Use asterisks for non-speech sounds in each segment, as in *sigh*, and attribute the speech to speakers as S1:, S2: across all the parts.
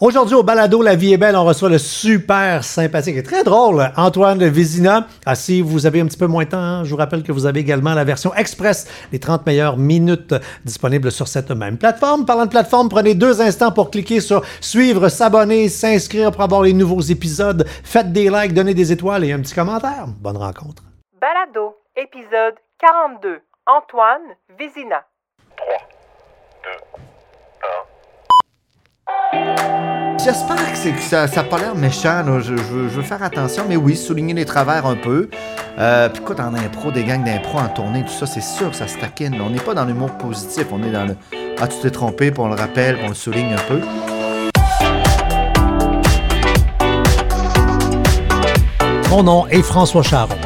S1: Aujourd'hui, au balado La vie est belle, on reçoit le super sympathique et très drôle Antoine Vézina. Ah, si vous avez un petit peu moins de temps, hein, je vous rappelle que vous avez également la version express, les 30 meilleures minutes disponibles sur cette même plateforme. Parlant de plateforme, prenez deux instants pour cliquer sur suivre, s'abonner, s'inscrire pour avoir les nouveaux épisodes. Faites des likes, donnez des étoiles et un petit commentaire. Bonne rencontre.
S2: Balado, épisode 42. Antoine Vézina.
S3: J'espère que, c'est- que ça n'a pas l'air méchant. là. Je, je veux- je veux faire attention, mais oui, souligner les travers un peu. Euh, Puis écoute, en impro, des gangs d'impro en tournée, tout ça, c'est sûr que ça se taquine. là. On n'est pas dans l'humour positif, on est dans le « Ah, tu t'es trompé », puis on le rappelle, puis on le souligne un peu.
S1: Mon nom est François Charon.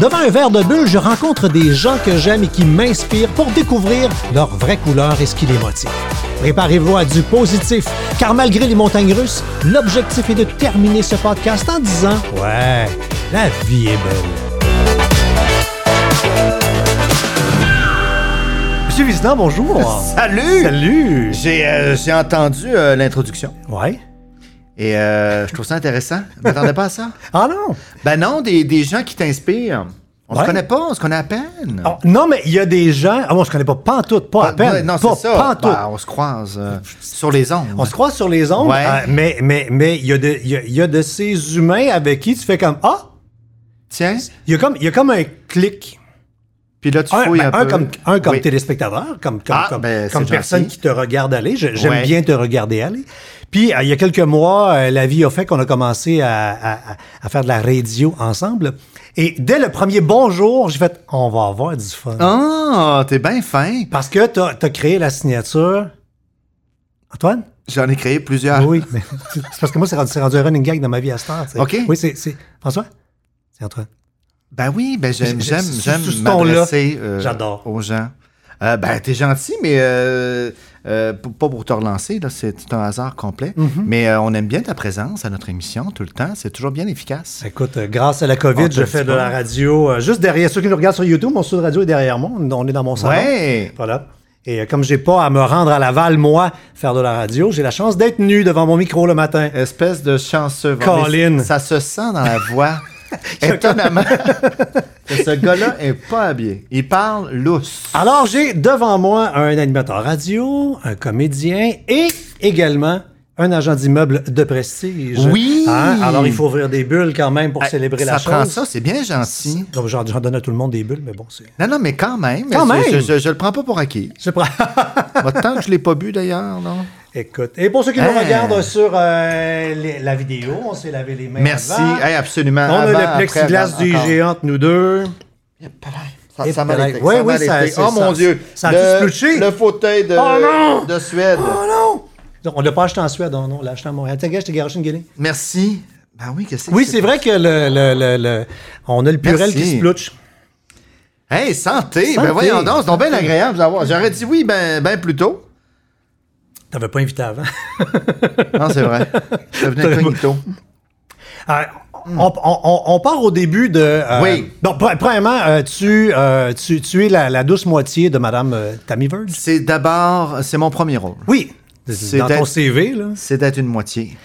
S1: Devant un verre de bulle, je rencontre des gens que j'aime et qui m'inspirent pour découvrir leur vraie couleur et ce qui les motive. Préparez-vous à du positif, car malgré les montagnes russes, l'objectif est de terminer ce podcast en disant Ouais, la vie est belle. Monsieur Vizitant, bonjour.
S3: Salut!
S1: Salut.
S3: J'ai euh, j'ai entendu euh, l'introduction
S1: Ouais.
S3: et euh, je trouve ça intéressant. Je m'attendais pas à ça.
S1: Ah non!
S3: Ben non, des, des gens qui t'inspirent. On
S1: Ouais.
S3: se connaît pas, on se connaît à peine.
S1: Ah, non, mais il y a des gens. Ah bon, je connais pas pantoute, pas à
S3: Ben,
S1: peine.
S3: non,
S1: pas
S3: c'est ça.
S1: pantoute.
S3: Ben, on se croise euh, sur les ondes.
S1: On se croise sur les ondes,
S3: Ouais.
S1: euh, mais mais mais il y a de il y a- il y a de ces humains avec qui tu fais comme ah
S3: Tiens,
S1: il y a comme il y a comme un clic
S3: puis là, tu
S1: un,
S3: fouilles
S1: ben,
S3: un,
S1: un
S3: peu.
S1: comme un comme
S3: Oui.
S1: téléspectateur comme comme
S3: Ah,
S1: comme,
S3: ben, c'est
S1: comme personne
S3: gentil.
S1: qui te regarde aller Je- j'aime
S3: Ouais.
S1: bien te regarder aller puis euh, il y a quelques mois euh, la vie a fait qu'on a commencé à, à- à- à faire de la radio ensemble et dès le premier bonjour j'ai fait on va avoir du fun
S3: Ah, t'es bien fin.
S1: parce que t'as as créé la signature Antoine
S3: J'en ai créé plusieurs.
S1: Oui, mais *laughs* c'est c'est parce que moi, c'est rendu, c'est rendu un running gag dans ma vie à cette heure. tu sais.
S3: OK.
S1: Oui, c'est. c'est- François? C'est Antoine.
S3: Ben oui, ben j'aime,
S1: J'ai- j'ai-
S3: j'aime,
S1: sous-
S3: j'aime
S1: sous ce
S3: m'adresser euh,
S1: j'adore.
S3: aux gens. Euh, ben, t'es gentil, mais euh, euh, p- pas pour te relancer, là, c'est c'est un hasard complet. Mais euh, on aime bien ta présence à notre émission tout le temps. C'est toujours bien efficace.
S1: Écoute, euh, grâce à la COVID,
S3: On te
S1: je
S3: le
S1: fais
S3: dit
S1: de
S3: pas.
S1: la radio. euh, juste derrière ceux qui nous regardent sur YouTube, mon studio de radio est derrière moi. On on est dans mon salon.
S3: Ouais.
S1: Voilà. Et euh, comme j'ai pas à me rendre à Laval, moi, faire de la radio, j'ai la chance d'être nu devant mon micro le matin.
S3: Espèce de chanceux.
S1: Colin.
S3: Mais Ça se sent dans la
S1: *laughs*
S3: voix. Étonnamment. que ce gars-là est pas habillé. Il parle lousse.
S1: Alors, j'ai devant moi un animateur radio, un comédien et également un agent d'immeuble de prestige.
S3: Oui.
S1: Hein? Alors, il faut ouvrir des bulles quand même pour
S3: Hey,
S1: célébrer
S3: Ah, ça
S1: la
S3: prend
S1: chose.
S3: ça, c'est bien gentil.
S1: Donc, j'en, j'en donne à tout le monde des bulles, mais bon, c'est.
S3: Non, non, mais quand même.
S1: Quand
S3: je,
S1: même.
S3: Je, je- je le prends pas pour acquis.
S1: Je prends.
S3: Tant que je l'ai pas bu d'ailleurs, non?
S1: *laughs* Écoute. Et pour ceux qui nous
S3: Hein.
S1: regardent sur euh, les- la vidéo, on s'est lavé les mains.
S3: Merci.
S1: avant.
S3: Hey, absolument.
S1: On
S3: Avant,
S1: a le
S3: après,
S1: plexiglas
S3: avant,
S1: du
S3: encore.
S1: géant, entre nous deux.
S3: Ça, ça m'a
S1: Oui,
S3: l'été,
S1: oui,
S3: ça m'a
S1: ça-
S3: l'été.
S1: c'est ça.
S3: Oh mon Dieu.
S1: Ça a
S3: le,
S1: tout splouché.
S3: Le fauteuil de,
S1: Oh non!
S3: de Suède.
S1: Oh non! On l'a pas acheté en Suède, on on l'a acheté à Montréal. T'as gars, je t'ai garagé une guenille.
S3: Merci. Ben oui, qu'est-ce que
S1: Oui, c'est vrai que le, le- le- le- on a le purel
S3: Merci.
S1: qui se plouche.
S3: Hey, santé.
S1: Santé.
S3: Ben voyons donc, c'est donc bien agréable d'avoir. J'aurais dit oui ben, ben plus tôt.
S1: T'avais pas invité avant.
S3: Non, c'est vrai. Ça venait incognito.
S1: *laughs* Ah, on, on- on- on part au début de. euh,
S3: Oui.
S1: Donc, pre- premièrement, euh, tu, euh, tu, tu es la, la douce moitié de Madame euh, Tammy Verge.
S3: C'est d'abord, c'est mon premier rôle.
S1: Oui.
S3: C'est
S1: dans ton
S3: d'être-
S1: CV, là.
S3: C'est d'être une moitié.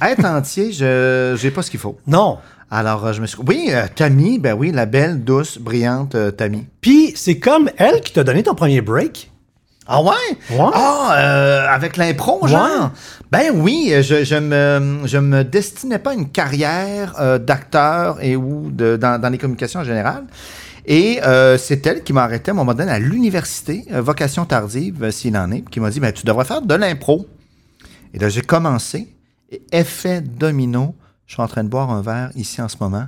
S3: Être entier, je j'ai pas ce qu'il faut.
S1: Non.
S3: Alors, euh, je me suis. Oui, euh, Tammy, ben oui, la belle, douce, brillante euh, Tammy.
S1: Puis c'est comme elle qui t'a donné ton premier break.
S3: Ah ouais?
S1: Ouais.
S3: Ah, euh, avec l'impro, genre? Ben oui, je, je me, je me destinais pas à une carrière euh, d'acteur et ou de, dans, dans les communications en général. Et euh, c'est elle qui m'a arrêté à un moment donné à l'université, euh, vocation tardive, euh, s'il en est, qui m'a dit, ben tu devrais faire de l'impro. Et là, j'ai commencé. Et effet domino, je suis en train de boire un verre ici en ce moment.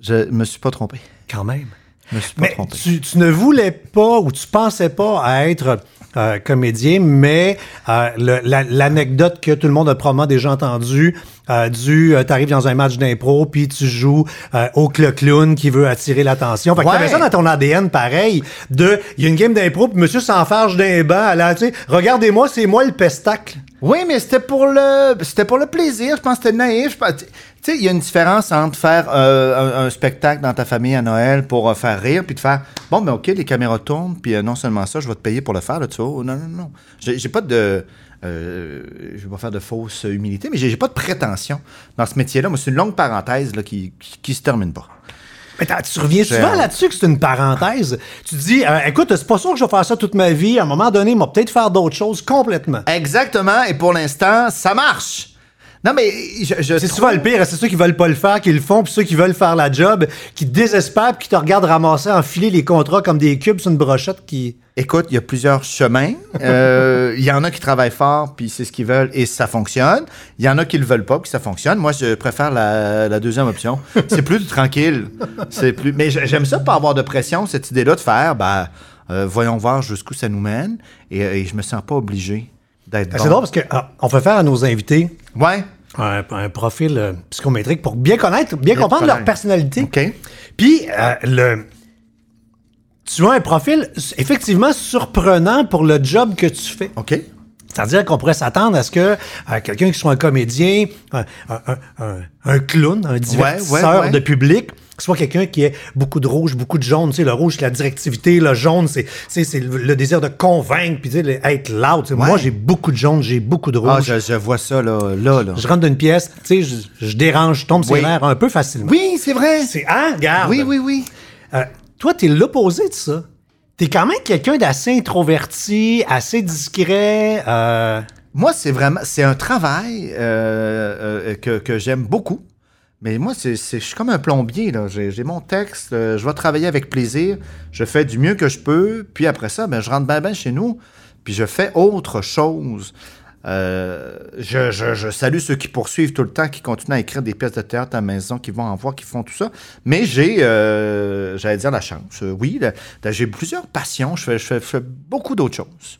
S3: Je me suis pas trompé.
S1: Quand même.
S3: Je me suis pas
S1: Mais
S3: trompé.
S1: tu, tu ne voulais pas ou tu pensais pas à être euh, comédien, mais euh, le- la- l'anecdote que tout le monde a probablement déjà entendue euh, du euh, t'arrives dans un match d'impro puis tu joues euh, au clown clown qui veut attirer l'attention. Fait que
S3: Ouais.
S1: t'avais ça dans ton ADN pareil de il y a une game d'impro puis monsieur s'enfarge d'un banc à la tu sais, regardez-moi c'est moi le pestacle.
S3: Oui, mais c'était pour le c'était pour le plaisir. Je pense que c'était naïf. Je pense- Tu sais, il y a une différence entre faire euh, un, un spectacle dans ta famille à Noël pour euh, faire rire, puis de faire bon, ben, Oh, mais ok, les caméras tournent, puis euh, non seulement ça, je vais te payer pour le faire. Là, tu vois, non, non, non. J'ai j'ai pas de euh, je vais pas faire de fausse humilité, mais j'ai j'ai pas de prétention dans ce métier-là. Moi, c'est une longue parenthèse là, qui, qui, qui se termine pas.
S1: Mais t'as- tu reviens
S3: C'est-
S1: souvent là-dessus que c'est une parenthèse. Tu dis, euh, écoute, c'est pas sûr que je vais faire ça toute ma vie. À un moment donné, il va peut-être faire d'autres choses complètement.
S3: Exactement, et pour l'instant, ça marche. Non, mais je, je
S1: C'est
S3: trouve-
S1: souvent le pire, c'est ceux qui veulent pas le faire, qui le font, puis ceux qui veulent faire la job, qui te désespèrent, puis qui te regardent ramasser, enfiler les contrats comme des cubes sur une brochette qui.
S3: Écoute, il y a plusieurs chemins. *laughs* Euh, Il y en a qui travaillent fort, puis c'est ce qu'ils veulent, et ça fonctionne. Il y en a qui le veulent pas, puis ça fonctionne. Moi, je préfère la, la deuxième *laughs* option. C'est plus tranquille. C'est plus. Mais j'a- j'aime ça pas avoir de pression, cette idée-là de faire, ben, euh, voyons voir jusqu'où ça nous mène, et, euh, et je me sens pas obligé d'être.
S1: C'est drôle parce que ah, on fait faire à nos invités
S3: bon. Ouais.
S1: un, un profil euh, psychométrique pour bien connaître, bien, comprendre
S3: connaître.
S1: leur personnalité.
S3: OK.
S1: Puis euh, le tu as un profil s- effectivement surprenant pour le job que tu fais.
S3: OK.
S1: C'est-à-dire qu'on pourrait s'attendre à ce que euh, quelqu'un qui soit un comédien, un, un- un- un- un clown, un divertisseur
S3: ouais, ouais.
S1: de public, soit quelqu'un qui ait beaucoup de rouge, beaucoup de jaune. Tu sais, le rouge, c'est la directivité. Le jaune, c'est tu sais, c'est le, le désir de convaincre, puis tu sais, le- être loud. Tu sais, Moi, j'ai beaucoup de jaune, j'ai beaucoup de rouge.
S3: Ah,
S1: je...
S3: je, je vois ça, là. là, là.
S1: rentre d'une pièce, tu sais, je, je dérange, je tombe sur
S3: Oui.
S1: les nerfs un peu facilement.
S3: Oui, c'est vrai.
S1: C'est, hein, garde.
S3: Oui, oui, oui.
S1: Euh, toi, t'es l'opposé de ça. T'es quand même quelqu'un d'assez introverti, assez discret. euh,
S3: Moi, c'est vraiment, c'est un travail euh, euh, que, que j'aime beaucoup. Mais moi, c'est, c'est- je suis comme un plombier. Là. J'ai, j'ai mon texte, euh, je vais travailler avec plaisir, je fais du mieux que je peux, puis après ça, ben, je rentre bien ben chez nous, puis je fais autre chose. Euh, je, je- je salue ceux qui poursuivent tout le temps, qui continuent à écrire des pièces de théâtre à la maison, qui vont en voir, qui font tout ça. Mais j'ai, euh, j'allais dire, la chance. Euh, Oui, la- la- j'ai plusieurs passions, je fais- je fais- je fais beaucoup d'autres choses.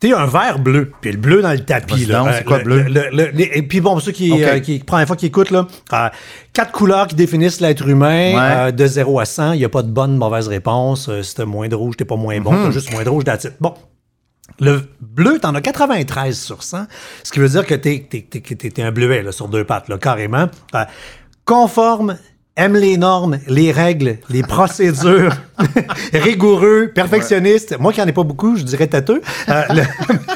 S1: T'es un vert bleu, puis le bleu dans le tapis.
S3: Vas-y
S1: Là, Euh,
S3: donc, c'est quoi
S1: le-
S3: bleu?
S1: le- le- le- et puis bon, pour ceux qui,
S3: Ok.
S1: euh, qui première fois qui écoutent, là, euh, quatre couleurs qui définissent l'être humain
S3: Ouais.
S1: euh, de 0 à 100. Il n'y a pas de bonne, mauvaise réponse. Euh, si t'as moins de rouge, t'es pas moins bon.
S3: Mhm.
S1: T'as juste moins de rouge d'attitude. Bon. Le bleu, t'en as 93 sur 100, ce qui veut dire que t'es t'es- t'es- t'es- t'es un bleuet là, sur deux pattes, là, carrément. Euh, conforme, aime les normes, les règles, les procédures, *laughs* rigoureux, perfectionniste. Moi qui en ai pas beaucoup, je dirais tâteux. Euh, le- *laughs*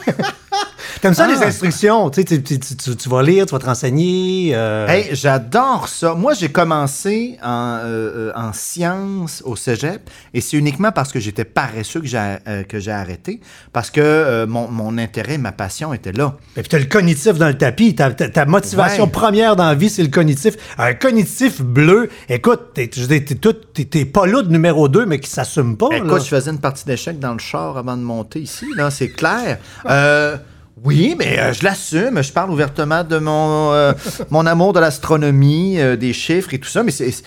S1: T'aimes ça les instructions, tu, sais, tu, tu- tu- tu vas lire, tu vas te renseigner. euh,
S3: Hey, j'adore ça. Moi, j'ai commencé en, euh, euh, en sciences au cégep et c'est uniquement parce que j'étais paresseux que j'ai, euh, que j'ai arrêté, parce que euh, mon, mon intérêt, ma passion était là.
S1: Et puis t'as le cognitif dans le tapis. Ta, ta- ta motivation
S3: Ouais.
S1: première dans la vie, c'est le cognitif. Un cognitif bleu, écoute, t'es, je veux dire, t'es, tout- t'es- t'es pas là de numéro 2, mais qui s'assume pas. Oh, là.
S3: Eh, Écoute, je faisais une partie d'échec dans le char avant de monter ici, là, c'est clair.
S1: Ah.
S3: Euh, oui, mais euh, je l'assume. Je parle ouvertement de mon, euh, mon amour de l'astronomie, euh, des chiffres et tout ça, mais c'est... c'est-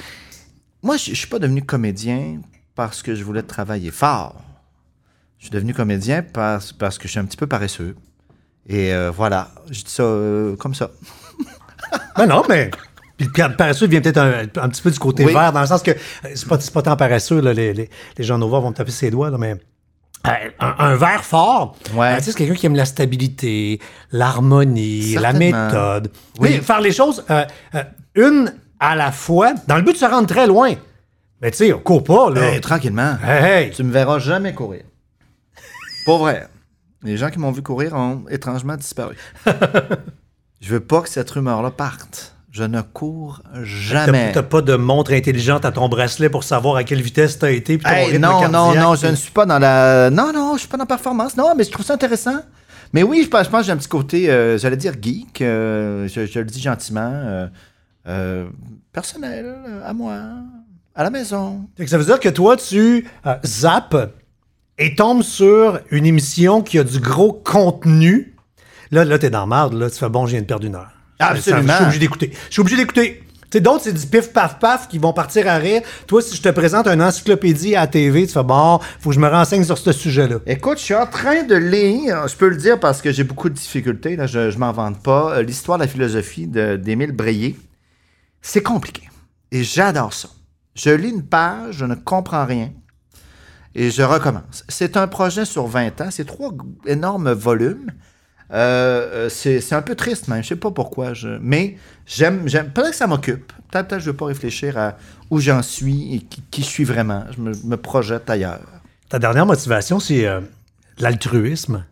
S3: Moi, je je suis pas devenu comédien parce que je voulais travailler fort. Je suis devenu comédien parce, parce que je suis un petit peu paresseux. Et euh, voilà, je dis ça euh, comme ça.
S1: Ben non, mais. Puis le par- paresseux vient peut-être un, un petit peu du côté
S3: Oui.
S1: vert, dans le sens que euh, c'est pas, c'est pas tant paresseux, là, les, les, les gens noirs vont me taper ses doigts, là, mais. euh, Un, un verre fort,
S3: Ouais.
S1: euh, tu sais, c'est quelqu'un qui aime la stabilité, l'harmonie, la
S3: Certainement.
S1: méthode.
S3: Oui.
S1: Mais faire les choses euh, euh, une à la fois, dans le but de se rendre très loin. Mais tu sais, on court pas, là.
S3: Hey, Eh, tranquillement.
S1: Hey, hey.
S3: Tu me verras jamais courir. Pas vrai. Les gens qui m'ont vu courir ont étrangement
S1: *laughs*
S3: disparu. Je veux pas que cette rumeur-là parte. Je ne cours
S1: T'as
S3: jamais.
S1: t'as pas de montre intelligente à ton bracelet pour savoir à quelle vitesse t'as été. Puis ton
S3: Hey,
S1: rythme
S3: non, non,
S1: cardiaque.
S3: non, je ne suis pas dans la. Non, non, je suis pas dans la performance. Non, mais je trouve ça intéressant. Mais oui, je pense, je pense que j'ai un petit côté, euh, j'allais dire geek. euh, je, je le dis gentiment. euh, euh, personnel, euh, à moi, à la maison.
S1: Fait que ça veut dire que toi, tu euh, zappes et tombes sur une émission qui a du gros contenu. Là, là t'es dans la marde, là, tu fais bon, je viens de perdre une heure.
S3: Absolument.
S1: Je suis obligé d'écouter. Je suis obligé d'écouter. Tu sais, d'autres, c'est du pif paf paf qui vont partir à rire. Toi, si je te présente une encyclopédie à la TV, tu fais bon, faut que je me renseigne sur ce sujet-là.
S3: Écoute, je suis en train de lire, je peux le dire parce que j'ai beaucoup de difficultés, là, je, je m'en vante pas, euh, l'histoire de la philosophie de- d'Émile Breyer. C'est compliqué. Et j'adore ça. Je lis une page, je ne comprends rien. Et je recommence. C'est un projet sur 20 ans, c'est trois g- énormes volumes. Euh, euh, c'est c'est un peu triste, même. Je sais pas pourquoi. Je... Mais j'aime. j'aime- Peut-être que ça m'occupe. Peut-être que je ne veux pas réfléchir à où j'en suis et qui, qui je suis vraiment. Je me, me projette ailleurs.
S1: Ta dernière motivation, c'est euh, l'altruisme.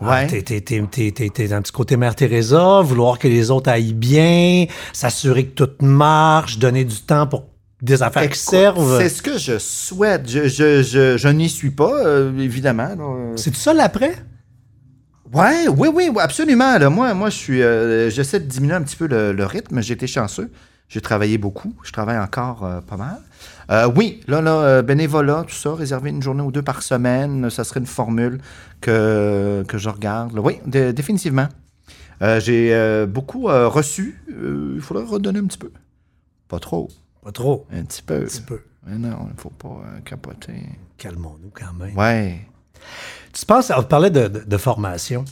S1: Ah, t'es, t'es, t'es, t'es- t'es- t'es un petit côté Mère Teresa, vouloir que les autres aillent bien, s'assurer que tout marche, donner du temps pour que des affaires
S3: Écoute,
S1: qui servent.
S3: C'est ce que je souhaite. Je, je, je, je n'y suis pas, euh, évidemment. là. Euh,
S1: C'est tout ça l'après?
S3: Ouais, oui, oui, oui, absolument. là. Moi, moi, je suis, euh, j'essaie de diminuer un petit peu le, le rythme. J'ai été chanceux. J'ai travaillé beaucoup. Je travaille encore euh, pas mal. Euh, oui, là, là, euh, bénévolat, tout ça, réserver une journée ou deux par semaine, ça serait une formule que, que je regarde. là. Oui, dé- définitivement. Euh, j'ai euh, beaucoup euh, reçu. Euh, Il faudrait redonner un petit peu. Pas trop,
S1: Pas trop.
S3: un petit peu.
S1: Un petit peu.
S3: Mais non, il faut pas euh, capoter.
S1: Calmons-nous quand même.
S3: Ouais.
S1: Tu penses, on parlait de, de- de formation.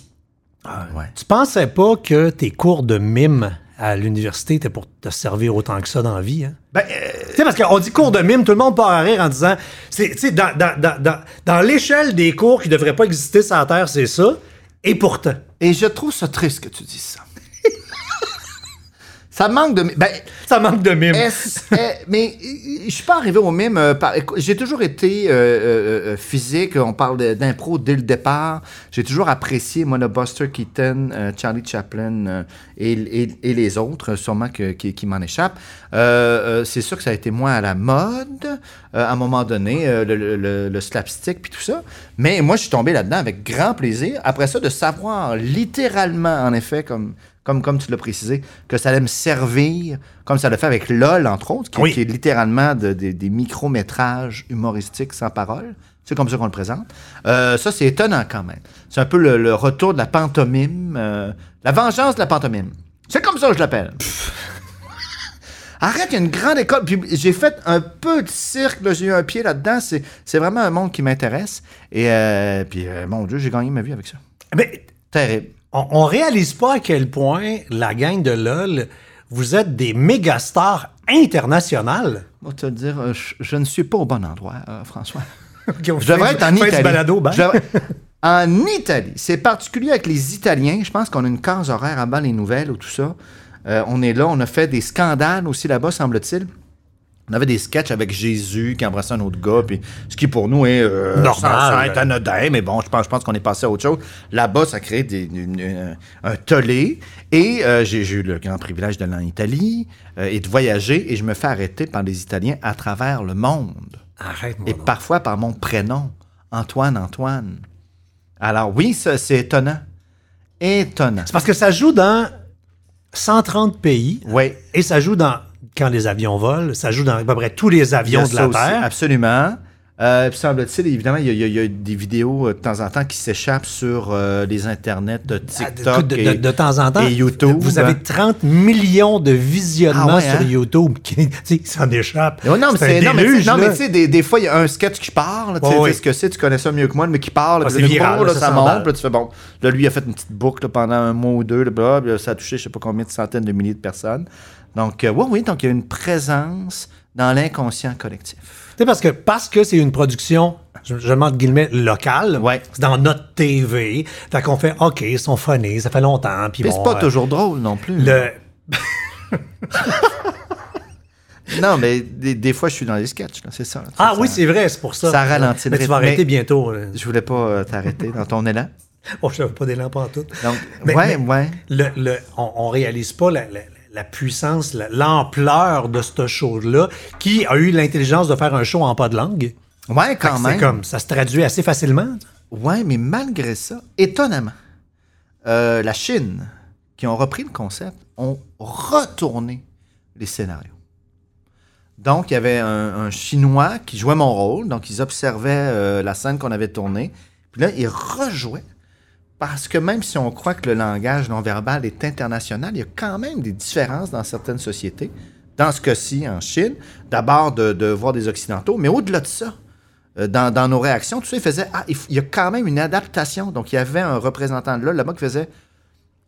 S1: Ah,
S3: Ouais.
S1: Tu pensais pas que tes cours de mime à l'université étaient pour te servir autant que ça dans la vie, hein?
S3: Ben, euh,
S1: Tu sais, parce qu'on dit cours de mime, tout le monde part à rire en disant, c'est- tu sais, dans, dans- dans- dans- dans l'échelle des cours qui ne devraient pas exister sur la Terre, c'est ça. Et pourtant,
S3: et je trouve ça triste que tu dises ça. *laughs* ça manque de. Ben,
S1: ça manque de mime.
S3: est-ce- eh, mais euh, je suis pas arrivé au même. euh, par- écou- J'ai toujours été euh, euh, euh, physique. On parle de- d'impro dès le départ. J'ai toujours apprécié moi, le Buster Keaton, euh, Charlie Chaplin euh, et, et- et les autres, euh, sûrement que- qui, qui m'en échappent. Euh, euh, C'est sûr que ça a été moins à la mode euh, à un moment donné, euh, le, le- le- le slapstick puis tout ça. Mais moi, je suis tombé là-dedans avec grand plaisir. Après ça, de savoir littéralement, en effet, comme comme, comme tu l'as précisé, que ça allait me servir, comme ça le fait avec LOL, entre autres, qui,
S1: Oui.
S3: qui est littéralement de- des- des micro-métrages humoristiques sans parole. C'est comme ça qu'on le présente. Euh, ça, c'est étonnant quand même. C'est un peu le, le retour de la pantomime, euh, la vengeance de la pantomime. C'est comme ça que je l'appelle. Arrête, il y a une grande école. Puis j'ai fait un peu de cirque, là, j'ai eu un pied là-dedans. C'est, c'est vraiment un monde qui m'intéresse. Et euh, puis, euh, mon Dieu, j'ai gagné ma vie avec ça.
S1: Mais
S3: Terrible.
S1: on, on réalise pas à quel point la gang de LOL, vous êtes des méga stars internationales.
S3: Moi, te le dire, euh, je, je ne suis pas au bon endroit, euh, François.
S1: Je
S3: Je devrais être en Italie.
S1: balado, ben.
S3: Je
S1: *laughs*
S3: devrais- En Italie. C'est particulier avec les Italiens. Je pense qu'on a une case horaire avant les nouvelles ou tout ça. Euh, on est là, on a fait des scandales aussi là-bas, semble-t-il. On avait des sketchs avec Jésus qui embrassait un autre gars, puis ce qui pour nous est euh,
S1: Normal.
S3: sans- sans être anodin, mais bon, je pense, je pense qu'on est passé à autre chose. Là-bas, ça crée des- une- une- un tollé. Et euh, j'ai j'ai eu le grand privilège d'aller en Italie euh, et de voyager, et je me fais arrêter par des Italiens à travers le monde
S1: Arrête, mon
S3: et
S1: nom.
S3: parfois par mon prénom, Antoine Antoine. Alors oui, ça, c'est étonnant. Étonnant.
S1: C'est parce que ça joue dans 130 pays.
S3: Oui.
S1: Et ça joue dans, quand les avions volent, ça joue dans à peu près tous les
S3: Il y a
S1: avions de
S3: ça
S1: la
S3: aussi,
S1: Terre.
S3: Absolument. Euh, puis semble-t-il, évidemment, il y, a- il y a- il y a des vidéos euh, de temps en temps qui s'échappent sur euh, les internets de TikTok.
S1: Ah, Écoute, Bah, de, de-
S3: et-
S1: de temps en temps,
S3: et YouTube,
S1: vous
S3: hein.
S1: avez 30 millions de visionnements
S3: Ah ouais,
S1: sur
S3: hein?
S1: YouTube qui, *laughs* tu sais, qui s'en échappent.
S3: Oh, non, mais
S1: un
S3: c'est- non, mais
S1: déluge,
S3: c'est- non, mais
S1: là.
S3: tu sais, des, des fois, il y a un sketch qui parle. Tu sais,
S1: Oh,
S3: tu
S1: oui.
S3: sais ce que c'est, tu connais ça mieux que moi, mais qui parle.
S1: Ah,
S3: puis
S1: c'est
S3: là,
S1: viral,
S3: oh, là,
S1: ça
S3: ça
S1: s'emballe.
S3: monte. Puis là, tu fais bon. Là, lui, il a fait une petite boucle là, pendant un mois ou deux. Là, blah, puis là, ça a touché, je sais pas combien de centaines de milliers de personnes. Donc, oui, oui, donc il y a une présence dans l'inconscient collectif.
S1: Tu sais, parce que parce que c'est une production, je, je demande guillemets, locale,
S3: Ouais.
S1: c'est dans notre TV. Fait qu'on fait, OK, ils sont phonés, ça fait longtemps. Puis
S3: Mais
S1: bon,
S3: c'est pas
S1: euh,
S3: toujours drôle non plus.
S1: le-
S3: Non, mais des, des fois, je suis dans les sketchs, là, c'est ça. là, tu
S1: Ah
S3: sais,
S1: oui,
S3: ça-
S1: c'est vrai, c'est pour ça.
S3: ça ralentit le
S1: Mais tu vas
S3: rythme.
S1: arrêter
S3: Mais-
S1: bientôt. là. *laughs*
S3: Je voulais pas euh, t'arrêter dans ton élan.
S1: Oh, je n'avais pas d'élan en tout.
S3: Donc,
S1: *laughs* Mais-
S3: ouais,
S1: mais-
S3: ouais.
S1: le, le- on, on réalise pas la, la- la puissance, la- l'ampleur de ce show-là, qui a eu l'intelligence de faire un show en pas de langue.
S3: Ouais,
S1: Fait que
S3: quand
S1: C'est
S3: même.
S1: comme ça se traduit assez facilement.
S3: Ouais, mais malgré ça, étonnamment, euh, la Chine, qui ont repris le concept, ont retourné les scénarios. Donc, il y avait un, un Chinois qui jouait mon rôle, donc ils observaient euh, la scène qu'on avait tournée, puis là, ils rejouaient, parce que même si on croit que le langage non-verbal est international, il y a quand même des différences dans certaines sociétés. Dans ce cas-ci, en Chine, d'abord de, de voir des Occidentaux, mais au-delà de ça, euh, dans, dans nos réactions, tout ça, il faisait Ah, il, f- il y a quand même une adaptation. Donc, il y avait un représentant de là, là-bas, qui faisait.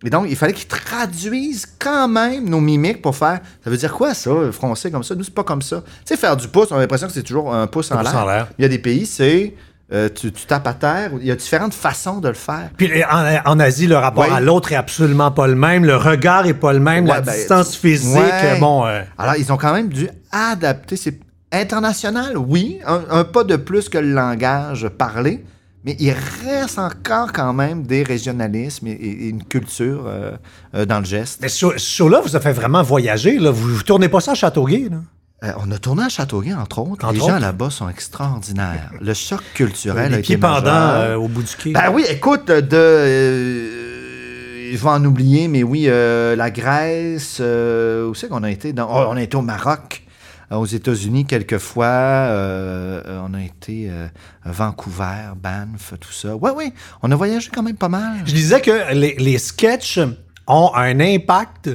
S3: Et donc, il fallait qu'ils traduisent quand même nos mimiques pour faire. Ça veut dire quoi, ça, euh, français comme ça Nous, c'est pas comme ça. Tu sais, faire du pouce, on a l'impression que c'est toujours un pouce en
S1: pouce en
S3: l'air.
S1: l'air.
S3: Il y a des pays, c'est. euh, tu, tu tapes à terre. Il y a différentes façons de le faire.
S1: Puis les- en, en Asie, le rapport
S3: Ouais.
S1: à l'autre est absolument pas le même, le regard est pas le même, la
S3: Ouais, ben,
S1: distance
S3: tu-
S1: physique,
S3: ouais.
S1: bon. euh,
S3: Alors, ils ont quand même dû adapter. C'est international, oui, un, un pas de plus que le langage parlé, Mais il reste encore quand même des régionalismes et, et- et une culture euh, euh, dans le geste.
S1: Mais sur, sur là, vous a fait vraiment voyager. Là. Vous, vous tournez pas ça à Châteauguay. Là.
S3: Euh, on a tourné à Châteauguay, entre autres.
S1: Entre
S3: les
S1: autres.
S3: gens là-bas sont extraordinaires. Le choc culturel a
S1: Les
S3: été
S1: pieds pendants
S3: majeur.
S1: euh, au bout du quai.
S3: Ben oui, écoute, de. euh, je vais en oublier, mais oui, euh, la Grèce, euh, où c'est qu'on a été dans- oh, On a été au Maroc, euh, aux États-Unis quelques fois, euh, euh, on a été euh, à Vancouver, Banff, tout ça. Oui, oui, on a voyagé quand même pas mal.
S1: Je disais que les, les sketchs ont un impact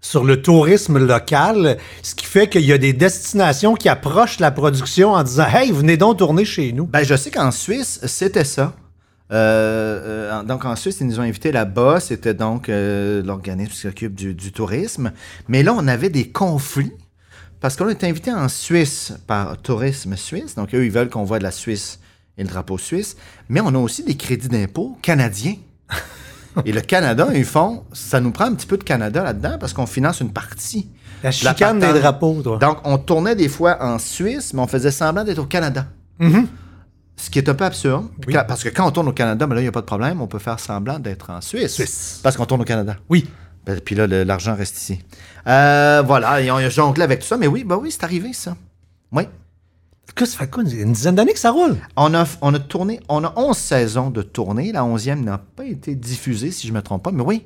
S1: sur le tourisme local, ce qui fait qu'il y a des destinations qui approchent la production en disant Hey, venez donc tourner chez nous.
S3: Ben, je sais qu'en Suisse, c'était ça. Euh, euh, en- donc en Suisse, ils nous ont invités là-bas. C'était donc euh, l'organisme qui s'occupe du, du tourisme. Mais là, on avait des conflits parce qu'on est invité en Suisse par Tourisme Suisse. Donc eux, ils veulent qu'on voit de la Suisse et le drapeau suisse. Mais on a aussi des crédits d'impôt canadiens. Et le Canada, ils font, ça nous prend un petit peu de Canada là-dedans parce qu'on finance une partie.
S1: La
S3: de la
S1: chicane des
S3: patente.
S1: drapeaux, toi.
S3: Donc, on tournait des fois en Suisse, mais on faisait semblant d'être au Canada.
S1: Mhm.
S3: Ce qui est un peu absurde.
S1: Oui.
S3: Quand- Parce que quand on tourne au Canada, ben là, il n'y a pas de problème. On peut faire semblant d'être en Suisse.
S1: Suisse.
S3: Parce qu'on tourne au Canada.
S1: Oui.
S3: Ben, puis là, le- l'argent reste ici. Euh, voilà, et on a jonglé avec tout ça. Mais oui, ben oui, c'est arrivé, ça. Oui.
S1: Que ça fait quoi, une- une dizaine d'années que ça roule?
S3: On a, on a tourné, on a 11 saisons de tournée. La 11e n'a pas été diffusée, si je ne me trompe pas, mais oui,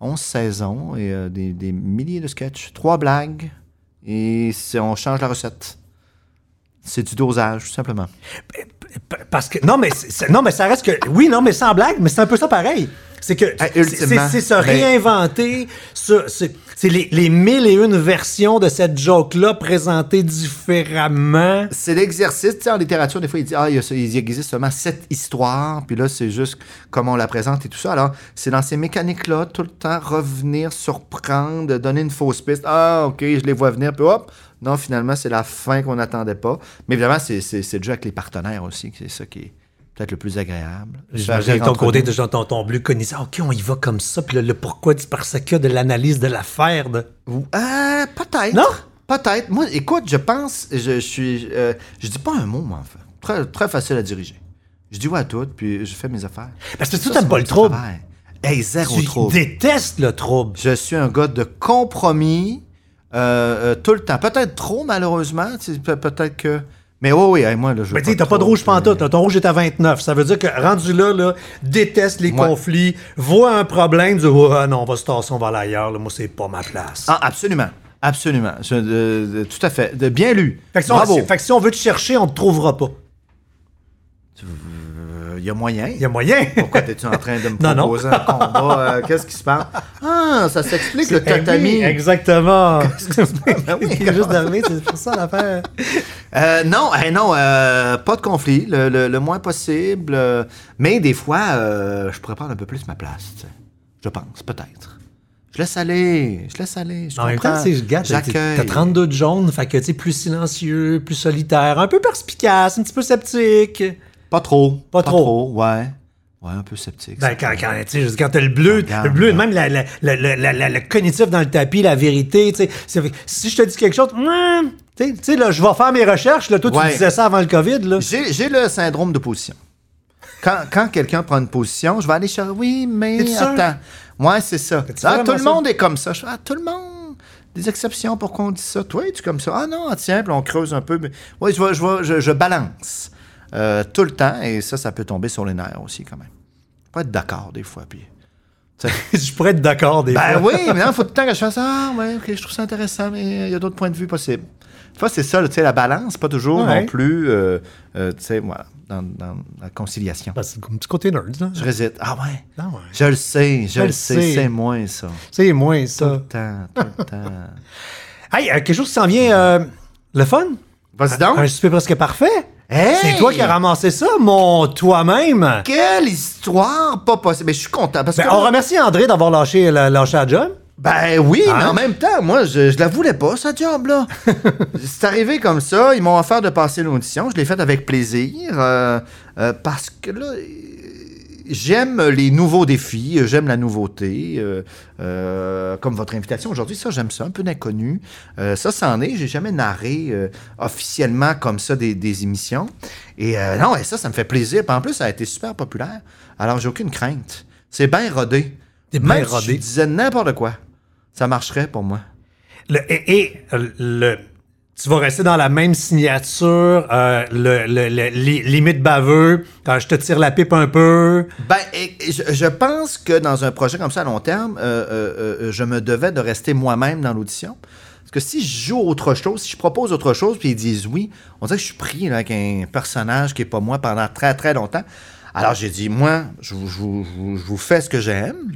S3: 11 saisons et euh, des, des milliers de sketchs, trois blagues et c'est- on change la recette. C'est du dosage, tout simplement.
S1: P- Parce que non mais c'est- c'est- non mais ça reste que oui non mais sans blague mais c'est un peu ça pareil. C'est que
S3: Ah,
S1: c'est-
S3: ultimement,
S1: c'est c'est se
S3: ben-
S1: réinventer, se- c'est c'est les, les mille et une versions de cette joke là présentées différemment.
S3: C'est l'exercice, tu sais, en littérature, des fois, il dit, ah, il, y a ce- il existe seulement sept histoires, puis là, c'est juste comment on la présente et tout ça. Alors, c'est dans ces mécaniques-là, tout le temps, revenir, surprendre, donner une fausse piste. Ah, OK, je les vois venir, puis hop! Non, finalement, c'est la fin qu'on n'attendait pas. Mais évidemment, c'est, c'est, c'est le jeu avec les partenaires aussi, que c'est ça qui est peut-être le plus agréable.
S1: J'imagine
S3: Faire
S1: ton
S3: entre
S1: côté
S3: nous.
S1: de ton, ton bleu connaissant. Ok, on y va comme ça. Puis le, le pourquoi du parce que de l'analyse de l'affaire. de-
S3: Ou- Ah, peut-être.
S1: Non?
S3: Peut-être. Moi, écoute, je pense, je, je suis. euh, je dis pas un mot, moi, en fait. Très, très facile à diriger. Je dis ouais à tout, puis je fais mes affaires.
S1: Parce que
S3: Ça,
S1: toi, t'aimes
S3: c'est
S1: pas
S3: mon
S1: le
S3: petit
S1: trouble.
S3: travail. Hey, zéro
S1: Tu
S3: trouble.
S1: détestes le trouble.
S3: Je suis un gars de compromis euh, euh, tout le temps. Peut-être trop, malheureusement. tu sais, peut- Peut-être que. Mais oui, oui, hey, moi, là, je. veux
S1: Mais tu sais, t'as pas de rouge
S3: trouble,
S1: pantoute.
S3: mais-
S1: là. Ton rouge est à 29. Ça veut dire que rendu là, là déteste les
S3: Ouais.
S1: conflits, voit un problème, dit oh, ah non, on va se tasser, on va aller ailleurs. là. Moi, c'est pas ma place.
S3: Ah, absolument. Absolument. Je- de- de- tout à fait. De, bien lu.
S1: Fait que, si on,
S3: Bravo.
S1: si- fait que si on veut te chercher, on te trouvera pas.
S3: Euh, Il y a moyen.
S1: Il y a moyen.
S3: Pourquoi t'es-tu en train de me
S1: *laughs* Non, non.
S3: proposer un combat? euh, Qu'est-ce qui se passe? Ah, ça s'explique, *laughs* le tatami.
S1: Eh Oui,
S3: *laughs*
S1: exactement. *laughs*
S3: Ben oui,
S1: Il est juste arrivé, c'est pour ça l'affaire.
S3: Euh, non, eh non euh, pas de conflit, le, le- le moins possible. euh, mais des fois, euh, je pourrais prendre un peu plus ma place. tu sais. Je pense, peut-être. Je laisse aller, je laisse aller. Je
S1: En même temps,
S3: comprends,
S1: tu sais, je regarde, t'as-
S3: j'accueille.
S1: t'as 32 de jaune, fait que, tu sais, plus silencieux, plus solitaire, un peu perspicace, un petit peu sceptique.
S3: Pas trop.
S1: Pas trop.
S3: ouais. Ouais, un peu sceptique.
S1: Ben,
S3: ça.
S1: quand, quand, tu sais, je veux dire, quand t'as le bleu,
S3: Regarde,
S1: le bleu,
S3: là.
S1: même la- la- la- la- la- la- le cognitif dans le tapis, la vérité, tu sais, c'est- si je te dis quelque chose, Hum, tu sais- tu sais, là, je vais faire mes recherches, là, toi,
S3: Ouais.
S1: tu disais ça avant le COVID, là.
S3: *laughs* J'ai j'ai le syndrome de position. Quand, quand quelqu'un prend une position, je vais aller chercher. Oui, mais
S1: T'es-tu sûr?
S3: attends. Moi, c'est ça.
S1: T'es-tu
S3: Ah, tout
S1: vraiment
S3: le
S1: sûr?
S3: monde est comme ça. Je fais, ah, tout le monde. Des exceptions, pourquoi on dit ça? Toi, es-tu comme ça? Ah non, ah, tiens, puis on creuse un peu. mais- Oui, je, vais- je, vais- je, je balance euh, tout le temps et ça, ça peut tomber sur les nerfs aussi quand même. Faut être d'accord des fois. Puis...
S1: je pourrais être d'accord, des
S3: Ben
S1: fois.
S3: oui,
S1: *laughs*
S3: mais il faut tout le temps que je fasse Ah, ouais, ok, je trouve ça intéressant, mais il y a d'autres points de vue possibles. Des fois, c'est ça, tu sais, la balance, pas toujours
S1: Ouais.
S3: non plus, euh, euh, tu sais, voilà, dans, dans la conciliation.
S1: Ben, c'est un petit côté nerd, là.
S3: Je résiste. Ah ouais.
S1: Ah ouais.
S3: Je le sais, je,
S1: le
S3: le sais,
S1: sais.
S3: c'est moins ça.
S1: C'est moins
S3: Tout
S1: ça.
S3: le temps, tout
S1: *laughs*
S3: le temps.
S1: Hey, euh, quelque chose qui s'en vient, euh, le fun?
S3: Vas-y donc.
S1: Un super presque parfait?
S3: Hey!
S1: C'est toi qui as ramassé ça, mon toi-même.
S3: Quelle histoire pas possible. Mais je suis content parce
S1: Ben,
S3: que.
S1: on remercie André d'avoir lâché, la- lâché la job.
S3: Ben oui,
S1: Hein?
S3: mais en même temps, moi, je, je la voulais pas, sa job, là. c'est arrivé comme ça. Ils m'ont offert de passer l'audition. Je l'ai faite avec plaisir. euh, euh, parce que là, euh, J'aime les nouveaux défis, euh, j'aime la nouveauté, euh, euh, comme votre invitation aujourd'hui, ça j'aime ça, un peu d'inconnu. Euh, ça, c'en est, j'ai jamais narré euh, officiellement comme ça des, des émissions. Et euh, non, et ça, ça me fait plaisir. Puis en plus, ça a été super populaire. Alors, j'ai aucune crainte. C'est bien rodé.
S1: C'est bien
S3: Même Si
S1: rodé.
S3: je disais n'importe quoi, ça marcherait pour moi.
S1: Le- et et, euh, le, tu vas rester dans la même signature, euh, le, le- le- li- limite baveux, euh, je te tire la pipe un peu.
S3: Ben, et- et je, je pense que dans un projet comme ça à long terme, euh, euh, euh, je me devais de rester moi-même dans l'audition. Parce que si je joue autre chose, si je propose autre chose, puis ils disent oui, on dirait que je suis pris là, avec un personnage qui n'est pas moi pendant très, très longtemps. Alors j'ai dit, moi, je vous, je vous- je vous- je vous fais ce que j'aime.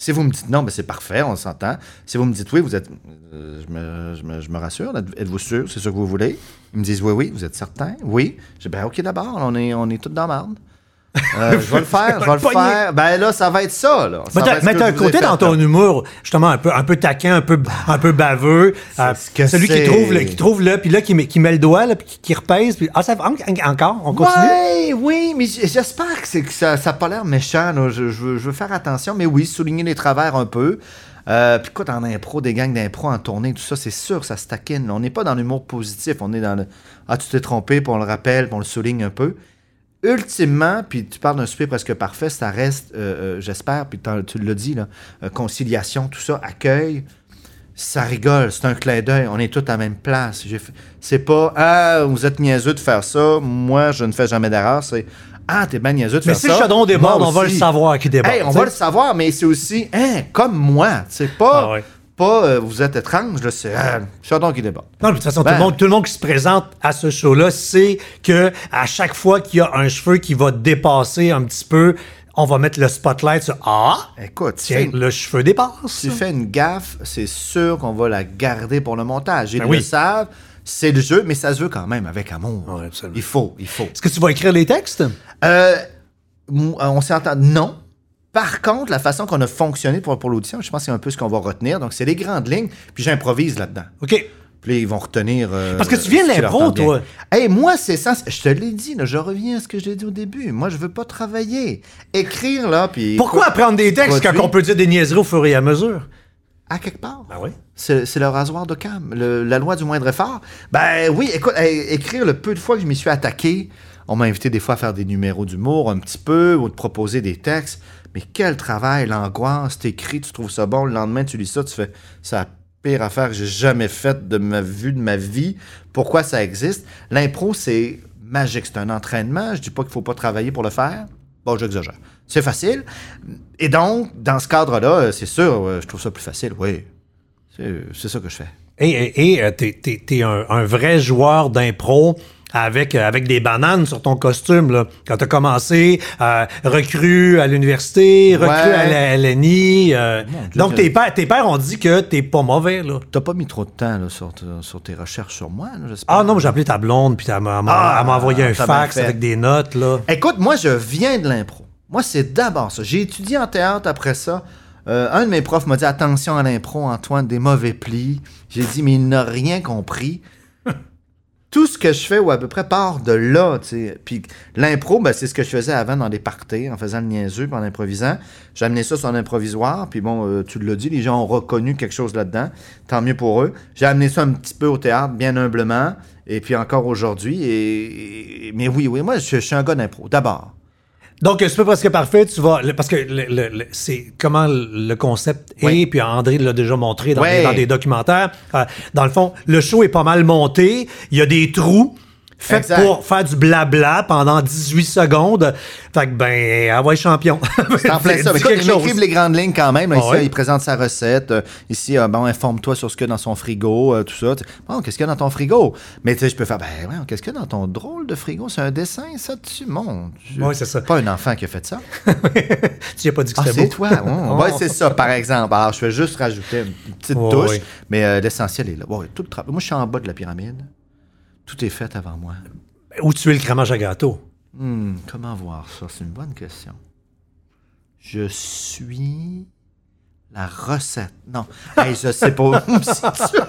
S3: Si vous me dites non, ben c'est parfait, on s'entend. Si vous me dites oui, vous êtes. euh, je, me, je me- je me rassure, êtes- êtes-vous sûr, c'est ce que vous voulez? Ils me disent oui, oui, vous êtes certain? Oui. J'ai dit, ben OK, d'abord, on est, on est tous dans la marde.
S1: *laughs*
S3: Euh, je vais le faire, je vais le
S1: Pogné.
S3: faire. Ben là, ça va être ça, là. Ça
S1: Mais
S3: va
S1: t'as
S3: être ce
S1: mais
S3: que
S1: t'as un
S3: je vous ai
S1: côté
S3: fait,
S1: dans ton
S3: là.
S1: humour, justement, un peu, un peu taquin, un peu, un peu baveux. euh,
S3: ce que
S1: celui qui
S3: c'est.
S1: trouve, le, qui trouve là, puis là, qui met, qui met le doigt, là, puis qui, qui repèse, puis ah, ça va, en- en- encore, on continue.
S3: Ouais, oui, mais j- j'espère que, c'est que ça n'a pas l'air méchant. là. Je, je veux, je veux faire attention, mais oui, souligner les travers un peu. Euh, Puis écoute, en impro, des gangs d'impro en tournée, tout ça, c'est sûr, ça se taquine. là. On n'est pas dans l'humour positif, on est dans le Ah, tu t'es trompé, puis on le rappelle, puis on le souligne un peu. Ultimement, puis tu parles d'un souper presque parfait, ça reste, euh, euh, j'espère, puis t'en- tu l'as dit, là, euh, conciliation, tout ça, accueil, ça rigole, c'est un clin d'œil, on est tous à la même place. J'ai fait- C'est pas Ah, vous êtes niaiseux de faire ça, moi je ne fais jamais d'erreur, c'est Ah, t'es bien niaiseux de
S1: Mais
S3: faire
S1: si
S3: ça.
S1: le chaudron déborde,
S3: moi
S1: on va le
S3: aussi.
S1: savoir qui déborde.
S3: Hey, on
S1: tu sais.
S3: va le savoir, mais c'est aussi Hein, comme moi. C'est pas,
S1: Ah ouais.
S3: pas euh, vous êtes étrange, là, c'est Ah, le chaudron qui déborde.
S1: Non, mais de toute façon,
S3: Ben.
S1: tout, le monde, tout le monde qui se présente à ce show-là sait que à chaque fois qu'il y a un cheveu qui va dépasser un petit peu, on va mettre le spotlight sur Ah,
S3: Écoute, tu fais
S1: tiens,
S3: une-
S1: le cheveu dépasse.
S3: tu fais une gaffe, c'est sûr qu'on va la garder pour le montage. Ils
S1: Ben
S3: le
S1: oui.
S3: savent, c'est le jeu, mais ça se veut quand même avec amour.
S1: Ouais, absolument.
S3: Il faut, il faut.
S1: Est-ce que tu vas écrire les textes?
S3: Euh, mou- euh, on s'entend. Non. Par contre, la façon qu'on a fonctionné pour, pour l'audition, je pense que c'est un peu ce qu'on va retenir. Donc, c'est les grandes lignes, puis j'improvise là-dedans.
S1: OK.
S3: Puis là, ils vont retenir. euh,
S1: Parce que tu viens de
S3: ce qui leur
S1: l'impro,
S3: tente bien.
S1: toi.
S3: Hey, moi, c'est ça. Je te l'ai dit, là, je reviens à ce que j'ai dit au début. Moi, je veux pas travailler. Écrire, là, puis.
S1: Pourquoi apprendre des textes quand
S3: produit.
S1: on peut dire des niaiseries au fur et à mesure?
S3: À quelque part.
S1: Ben oui.
S3: C'est c'est le rasoir de cam, le- la loi du moindre effort. Ben oui, écoute, é- écrire le peu de fois que je m'y suis attaqué, on m'a invité des fois à faire des numéros d'humour un petit peu ou de proposer des textes. Mais quel travail, l'angoisse, t'écris, tu trouves ça bon, le lendemain tu lis ça, tu fais ça pire affaire que j'ai jamais faite de ma vue de ma vie. Pourquoi ça existe L'impro, c'est magique, c'est un entraînement. Je dis pas qu'il faut pas travailler pour le faire. Bon, j'exagère. C'est facile. Et donc, dans ce cadre-là, euh, c'est sûr, euh, je trouve ça plus facile, oui. C'est euh, c'est ça que je fais.
S1: Et- Et et, euh, t'es t'es- t'es un, un vrai joueur d'impro avec, euh, avec des bananes sur ton costume. Là. Quand t'as commencé, euh, recrue à l'université, recrue
S3: Ouais.
S1: à la LNI. euh,
S3: Dieu,
S1: donc
S3: que-
S1: tes pères, tes pères ont dit que t'es pas mauvais. Là.
S3: T'as pas mis trop de temps là, sur, te- sur tes recherches sur moi, là, j'espère.
S1: Ah non, mais j'ai appelé ta blonde, puis elle m'a elle m'a-
S3: Ah,
S1: elle m'a envoyé un
S3: t'as
S1: fax
S3: bien fait.
S1: avec des notes. Là.
S3: Écoute, moi, je viens de l'impro. Moi, c'est d'abord ça. J'ai étudié en théâtre après ça. Euh, un de mes profs m'a dit Attention à l'impro, Antoine, des mauvais plis. J'ai dit Mais il n'a rien compris. Tout ce que je fais, ou à peu près, part de là. tu sais. Puis l'impro, ben, c'est ce que je faisais avant dans des parties, en faisant le niaiseux, puis en improvisant. J'amenais ça sur un improvisoire, puis bon, euh, tu l'as dit, les gens ont reconnu quelque chose là-dedans. Tant mieux pour eux. J'ai amené ça un petit peu au théâtre, bien humblement, et puis encore aujourd'hui. Et... et- Mais oui, oui, moi, je, je suis un gars d'impro, d'abord.
S1: Donc, euh, c'est pas presque parfait, tu vas. le- parce que le- le- le- c'est comment le concept est,
S3: Ouais.
S1: puis André l'a déjà montré dans,
S3: Ouais.
S1: des, dans des documentaires. Euh, dans le fond, le show est pas mal monté. Il y a des trous faits
S3: Exact.
S1: pour faire du blabla pendant 18 secondes. Fait que, ben, Hawaii champion.
S3: C'est en plein ça.
S1: *laughs* Dis
S3: Mais écoute,
S1: quelque
S3: il
S1: chose.
S3: m'écrive les grandes lignes quand même. là.
S1: Ah
S3: ici,
S1: ouais?
S3: il présente sa recette. Euh, ici, euh, bon, informe-toi sur ce qu'il y a dans son frigo, euh, tout ça. Tu- Bon, qu'est-ce qu'il y a dans ton frigo? Mais tu sais, je peux faire, ben, ouais, qu'est-ce qu'il y a dans ton drôle de frigo? C'est un dessin, ça, tu montes.
S1: Ouais, c'est ça.
S3: Pas un enfant qui a fait ça.
S1: tu n'as pas dit que
S3: Ah,
S1: c'était
S3: c'est
S1: beau.
S3: toi.
S1: *laughs*
S3: oh. Ouais, c'est ça, par exemple. Alors, je vais juste rajouter une petite
S1: Ouais,
S3: touche,
S1: ouais.
S3: mais euh, l'essentiel est là. Ouais, tout le travail. Moi, je suis en bas de la pyramide. Tout est fait avant moi.
S1: Où tu es le cramage à gâteau?
S3: Hmm, comment voir ça? C'est une bonne question. Je suis la recette. Non. Hey, je sais pas. C'est sûr.
S1: Là,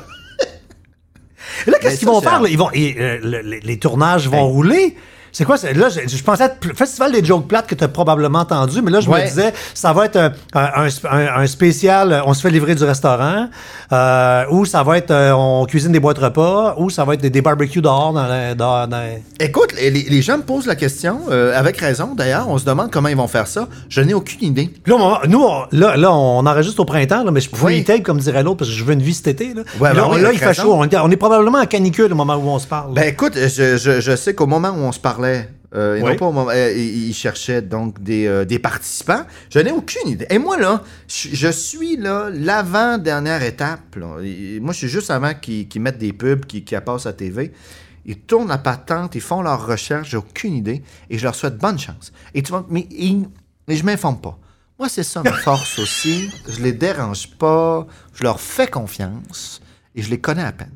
S3: Mais
S1: qu'est-ce qu'ils
S3: Ben,
S1: vont
S3: ça, c'est Ben.
S1: faire?
S3: un-
S1: là? Ils vont, et, euh, le- les, les tournages vont
S3: Hey.
S1: rouler. C'est quoi? c'est- Là, je, je pensais à pl- Festival des jokes plates que tu as probablement entendu, mais là, je
S3: Ouais.
S1: me disais, ça va être un, un- un sp- un- un spécial, euh, on se fait livrer du restaurant, euh, ou ça va être, euh, on cuisine des boîtes repas, ou ça va être des, des barbecues dehors dans les- dehors dans les-
S3: *laughs* Écoute, les, les gens me posent la question, euh, avec raison d'ailleurs, on se demande comment ils vont faire ça. Je n'ai aucune idée.
S1: Puis Là, on va- nous, on, là, là, on enregistre au printemps, là, mais je
S3: Oui.
S1: pre tape comme dirait l'autre, parce que je veux une vie cet été. Là, Puis
S3: ben
S1: là, on-
S3: oui,
S1: là,
S3: avec
S1: il fait
S3: raison.
S1: chaud. On, est- on est probablement en canicule au moment où on se parle. là.
S3: Ben écoute, je, je- je sais qu'au moment où on se parlait, euh, et non
S1: Oui.
S3: pas au moment, euh, ils ils cherchaient donc des, euh, des participants. Je n'ai aucune idée. Et moi là, je, je suis là l'avant dernière étape. là. Et Moi, je suis juste avant qu'ils qu'ils mettent des pubs, qu'ils qu'ils la passent à TV. Ils tournent à patente, ils font leurs recherches, j'ai aucune idée, et je leur souhaite bonne chance. Et tu vois, mais ils- mais je m'informe pas. Moi, c'est ça ma force aussi. Je les dérange pas, je leur fais confiance, et je les connais à peine.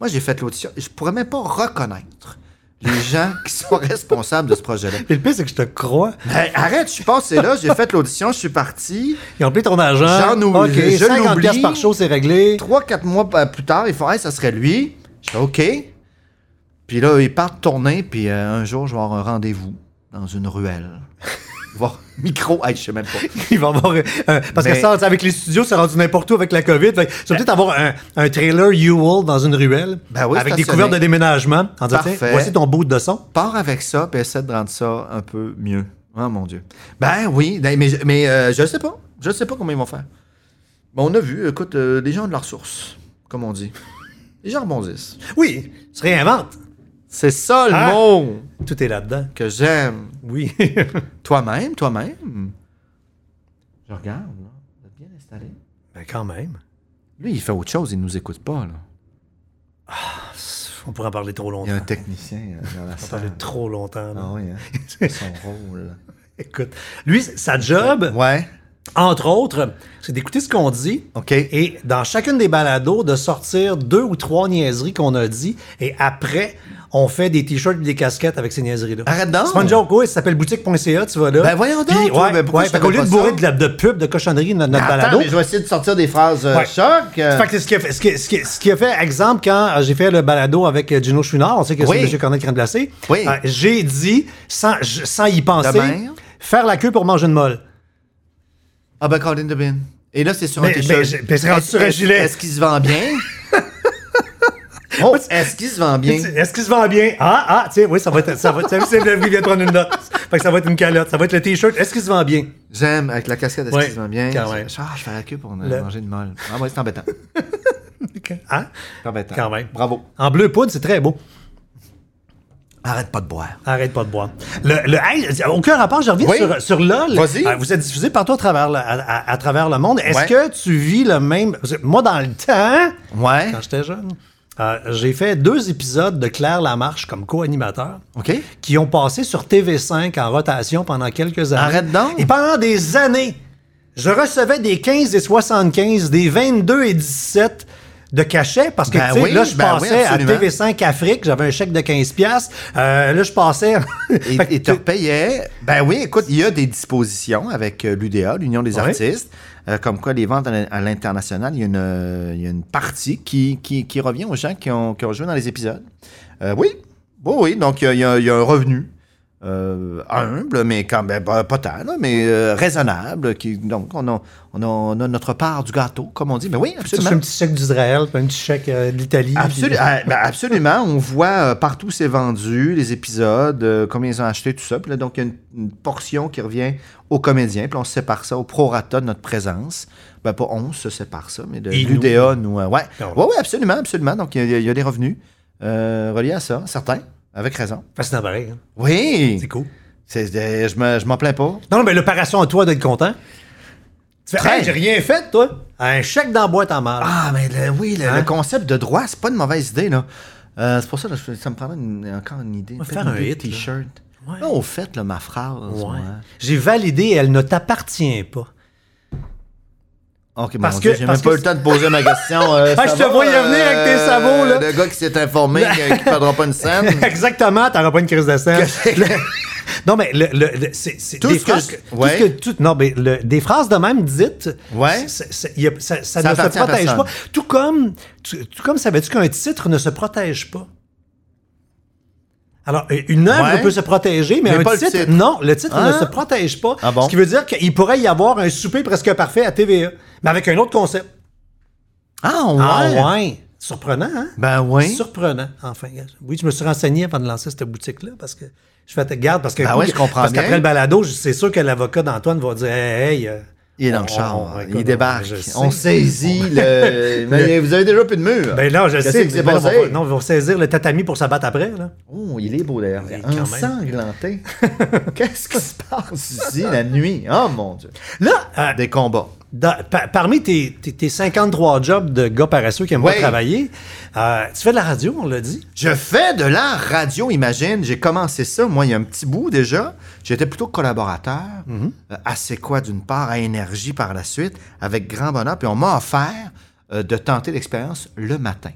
S3: Moi, j'ai fait l'audition. Je pourrais même pas reconnaître les gens qui sont responsables de ce projet-là.
S1: Puis le pire, c'est que je te crois.
S3: Ben, arrête, je suis passé là, j'ai fait l'audition, je suis parti.
S1: Ils ont pris ton argent.
S3: J'en oublie-
S1: OK,
S3: je
S1: 50
S3: l'oublie.
S1: piastres par show, c'est
S3: *laughs*
S1: réglé.
S3: Trois, quatre mois euh, plus tard, ils font Hey, ça serait lui. Je fais OK. Puis là, ils partent tourner, puis euh, un jour, je vais avoir un rendez-vous dans une ruelle. *laughs* Voir micro, hey, je sais même pas.
S1: Il va avoir. euh, parce
S3: Mais-
S1: que ça, avec les studios, c'est rendu n'importe où avec la COVID. Fait, que ça va peut-être avoir un, un trailer U-Haul dans une ruelle.
S3: Ben oui,
S1: avec
S3: stationné.
S1: des couvertes de déménagement. En disant,
S3: Parfait.
S1: Tiens, voici ton bout de son.
S3: Pars avec ça, puis essaie de rendre ça un peu mieux. Oh mon Dieu. Ben oui, ben, mais, je- mais euh, je sais pas. Je sais pas comment ils vont faire. Ben, on a vu, écoute, euh, les gens ont de leur source, comme on dit. Les gens rebondissent.
S1: Oui, se réinvente.
S3: C'est ça le
S1: Ah.
S3: mot
S1: Tout est là-dedans.
S3: que j'aime.
S1: Oui. *laughs* Ben,
S3: Toi-même, toi-même. Je regarde, là. Vous êtes bien installé.
S1: ben, quand même.
S3: Lui, il fait autre chose, il nous écoute pas, là.
S1: On pourrait en parler trop
S3: Il y a
S1: longtemps.
S3: un technicien euh, dans la
S1: On en parler
S3: salle.
S1: trop longtemps. là.
S3: Ah oui, hein? *laughs* C'est son rôle.
S1: Écoute, lui, sa job,
S3: Ouais,
S1: entre autres, c'est d'écouter ce qu'on dit
S3: OK.
S1: et dans chacune des balados, de sortir deux ou trois niaiseries qu'on a dit et après, on fait des t-shirts et des casquettes avec ces niaiseries-là.
S3: Arrête donc!
S1: C'est pas une joke, oui, ça s'appelle boutique.ca, tu vas là.
S3: Ben voyons donc,
S1: Puis,
S3: toi,
S1: ouais,
S3: ben pourquoi
S1: ouais,
S3: je
S1: fait qu'au
S3: savais
S1: lieu de
S3: pas
S1: bourrer
S3: ça?
S1: de, la- de pub, de cochonnerie, notre, notre
S3: Attends,
S1: balado.
S3: mais je vais essayer de sortir des phrases euh,
S1: Ouais.
S3: choc. euh.
S1: Fait que ce qui a fait, ce qui- ce qui- ce qui a fait, exemple, quand euh, j'ai fait le balado avec euh, Gino Chouinard, on sait que
S3: Oui.
S1: c'est M. Cornet Crème Glacée,
S3: Oui.
S1: euh, j'ai dit, sans, je- sans y penser,
S3: Demain.
S1: faire la queue pour manger une molle.
S3: Ah ben, Colin de Bin. Et là, c'est sur un
S1: Mais-
S3: t-shirt.
S1: mais je- mais c'est rendu
S3: Est-ce-
S1: sur un
S3: est-ce-
S1: gilet.
S3: Est-ce qu'il se vend *laughs* bien? oh, est-ce qu'il se vend bien?
S1: Tu- Est-ce qu'il se vend bien? Ah, ah, tiens, oui, ça va être. Ça va, tiens, c'est le gars qui vient de prendre une note. Fait que ça va être une calotte. Ça va être le T-shirt. Est-ce qu'il se vend bien?
S3: J'aime, avec la casquette, est-ce
S1: Ouais,
S3: qu'il se vend bien?
S1: quand même.
S3: Ah, je fais la queue pour euh,
S1: Le-
S3: manger une molle. Ah ouais, c'est embêtant.
S1: Hein?
S3: C'est embêtant.
S1: Quand même.
S3: Bravo.
S1: En bleu poudre, c'est très beau.
S3: Arrête pas de boire.
S1: Arrête pas de boire. Le, le- hey, aucun rapport, je reviens
S3: Oui.
S1: sur, sur LOL.
S3: Vas-y.
S1: Euh, Vous êtes diffusé partout à travers le, à, à- à travers le monde. Est-ce
S3: Ouais.
S1: que tu vis le même. parce que Moi, dans le temps,
S3: Ouais.
S1: quand j'étais jeune, euh, j'ai fait deux épisodes de Claire Lamarche comme co-animateur.
S3: OK.
S1: qui ont passé sur TV5 en rotation pendant quelques années.
S3: Arrête donc!
S1: Et pendant des années, je recevais des 15 et 75, des 22 et 17 de cachet parce que
S3: Ben
S1: tu sais,
S3: oui,
S1: là je
S3: ben oui,
S1: passais à
S3: absolument.
S1: TV5 Afrique, j'avais un chèque de 15 pièces. là je passais
S3: Et,
S1: *laughs* Fait que
S3: et te repayais. Ben oui, écoute, il y a des dispositions avec euh, l'UDA, l'Union des
S1: Ouais.
S3: artistes, euh, comme quoi les ventes à l'in- à l'international, il y a une, euh, il y a une partie qui, qui, qui revient aux gens qui ont, qui ont joué dans les épisodes. Euh, oui, oui, oui. Donc, il y a, il y a- il y a un revenu. euh, humble, mais quand même ben, pas tant, là, mais euh, raisonnable. Qui, donc, on a, on, a, on a notre part du gâteau, comme on dit. Mais oui,
S1: tu
S3: absolument.
S1: fais un petit chèque d'Israël, puis un petit chèque euh, de l'Italie.
S3: Absolu-
S1: puis-
S3: ah, ben, absolument. On voit euh, partout où c'est vendu, les épisodes, euh, combien ils ont acheté, tout ça. Puis là, donc, il y a une, une portion qui revient aux comédiens. Puis on sépare ça au prorata de notre présence. Ben, pas on se sépare ça, mais de
S1: Et
S3: l'UDA, nous. euh, ouais.
S1: Ah ouais.
S3: ouais, ouais, absolument, absolument. Donc, il y a- il y, a- il y a des revenus euh, reliés à ça, certains, avec raison.
S1: Fascinant pareil, hein.
S3: Oui.
S1: c'est cool.
S3: C'est- euh, je me- je m'en plains pas.
S1: Non, non, mais l'opération à toi d'être content. Tu fais,
S3: Très.
S1: hey, j'ai rien fait, toi. Un chèque dans la boîte en mal.
S3: Ah, mais le- oui, le,
S1: Hein?
S3: le concept de droit, c'est pas une mauvaise idée, là. Euh, c'est pour ça que je- ça me prendrait une- encore une idée.
S1: va
S3: Peut-être
S1: faire un
S3: une idée de
S1: hit, là.
S3: t-shirt.
S1: Ouais.
S3: Là, au fait, là, ma phrase. moi.
S1: Oh, Ouais. J'ai validé, elle ne t'appartient pas.
S3: Ok,
S1: Parce
S3: parce
S1: que-
S3: que j'ai même
S1: parce
S3: pas
S1: que-
S3: eu le temps de poser ma question. euh,
S1: *laughs* Ah, je
S3: ça
S1: te
S3: va,
S1: voyais venir avec tes sabots, là.
S3: Le gars qui s'est
S1: *laughs*
S3: informé que- qu'il perdra pas une scène.
S1: Exactement, t'auras pas une crise de scène. non, mais le, le- le- c'est, c'est
S3: Tout
S1: des
S3: ce que
S1: phrases
S3: je-
S1: tout
S3: ouais.
S1: ce que tu- non, mais le- des phrases de même dites,
S3: Ouais.
S1: c'est- c'est- y a- ça, ça
S3: Ça
S1: ne
S3: appartient
S1: se
S3: à
S1: protège
S3: personne.
S1: pas. Tout comme, tu- tout comme savais-tu qu'un titre ne se protège pas? Alors, euh, une œuvre
S3: Ouais.
S1: peut se protéger, mais,
S3: Mais
S1: un
S3: pas le
S1: titre,
S3: titre.
S1: non, le titre
S3: Hein?
S1: ne se protège pas.
S3: Ah bon?
S1: Ce qui veut dire qu'il pourrait y avoir un souper presque parfait à TVA, mais avec un autre concept.
S3: Ah ouais.
S1: Ah ouais! Surprenant, hein?
S3: Ben oui.
S1: Surprenant, enfin. Oui, je me suis renseigné avant de lancer cette boutique-là parce que je fais garde parce que
S3: Ben ouais, je comprends
S1: parce
S3: bien.
S1: qu'après le balado, je- c'est sûr que l'avocat d'Antoine va dire hey, hey, euh,
S3: Il est dans le
S1: on-
S3: char.
S1: on- écoute,
S3: il débarque.
S1: je sais.
S3: On saisit
S1: *laughs*
S3: le. Mais vous avez déjà plus de mur.
S1: Ben là, je
S3: Qu'est-ce
S1: sais.
S3: qui s'est
S1: mais là, on va-
S3: passé?
S1: non, ils vont saisir le tatami pour s'abattre après. Là.
S3: Oh, il est beau d'ailleurs.
S1: Mais quand *laughs*
S3: Ensanglanté. Qu'est-ce qui se passe ici la nuit? Oh mon Dieu.
S1: Là, euh,
S3: Des combats.
S1: dans- par- parmi tes, tes- tes 53 jobs de gars paresseux qui aiment
S3: Ouais.
S1: pas travailler, euh, tu fais de la radio, on l'a dit.
S3: Je fais de la radio, imagine. J'ai commencé ça, moi, il y a un petit bout déjà. J'étais plutôt collaborateur euh, à C'est quoi d'une part, à Énergie par la suite, avec grand bonheur. Puis on m'a offert euh, de tenter l'expérience le matin.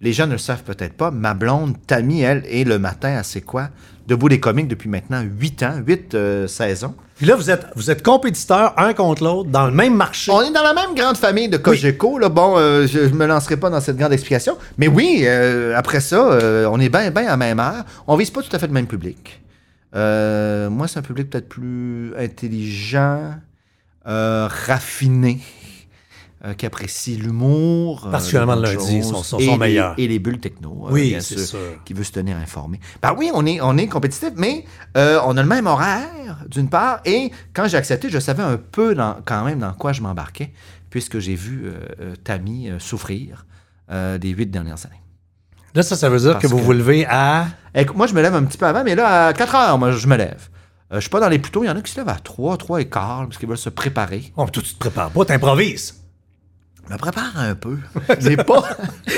S3: Les gens ne le savent peut-être pas, ma blonde Tammy, elle, est le matin à C'est quoi, debout des comiques depuis maintenant 8 ans, 8 saisons.
S1: Puis là, vous êtes, vous êtes compétiteurs un contre l'autre dans le même marché.
S3: On est dans la même grande famille de Cogeco. Là. Bon, euh, je ne me lancerai pas dans cette grande explication. Mais oui, euh, après ça, euh, on est bien, bien à même heure. On vise pas tout à fait le même public. Euh, moi, c'est un public peut-être plus intelligent, euh, raffiné, euh, qui apprécie l'humour. euh,
S1: Particulièrement
S3: les
S1: le
S3: bonnes
S1: lundi,
S3: choses,
S1: sont- sont-
S3: et
S1: sont
S3: les-
S1: meilleurs.
S3: Et les bulles techno, euh,
S1: Oui,
S3: bien
S1: c'est
S3: sûr,
S1: sûr.
S3: qui veut se tenir informé. Ben oui, on est, on est compétitif, mais euh, on a le même horaire, d'une part, et quand j'ai accepté, je savais un peu dans- quand même dans quoi je m'embarquais, puisque j'ai vu euh, euh, Tammy euh, souffrir euh, des huit dernières années.
S1: Là, ça, ça veut dire
S3: Parce
S1: que vous
S3: que-
S1: vous levez à.
S3: Écoute, moi, je me lève un petit peu avant, mais là, à 4 heures, moi, je me lève. Euh, je suis pas dans les plus tôt. Il y en a qui se lèvent à 3, 3 et quart, parce qu'ils veulent se préparer.
S1: Oh, toi, tu te prépares pas, t'improvises. *laughs*
S3: Je me prépare un *laughs* peu. mais pas,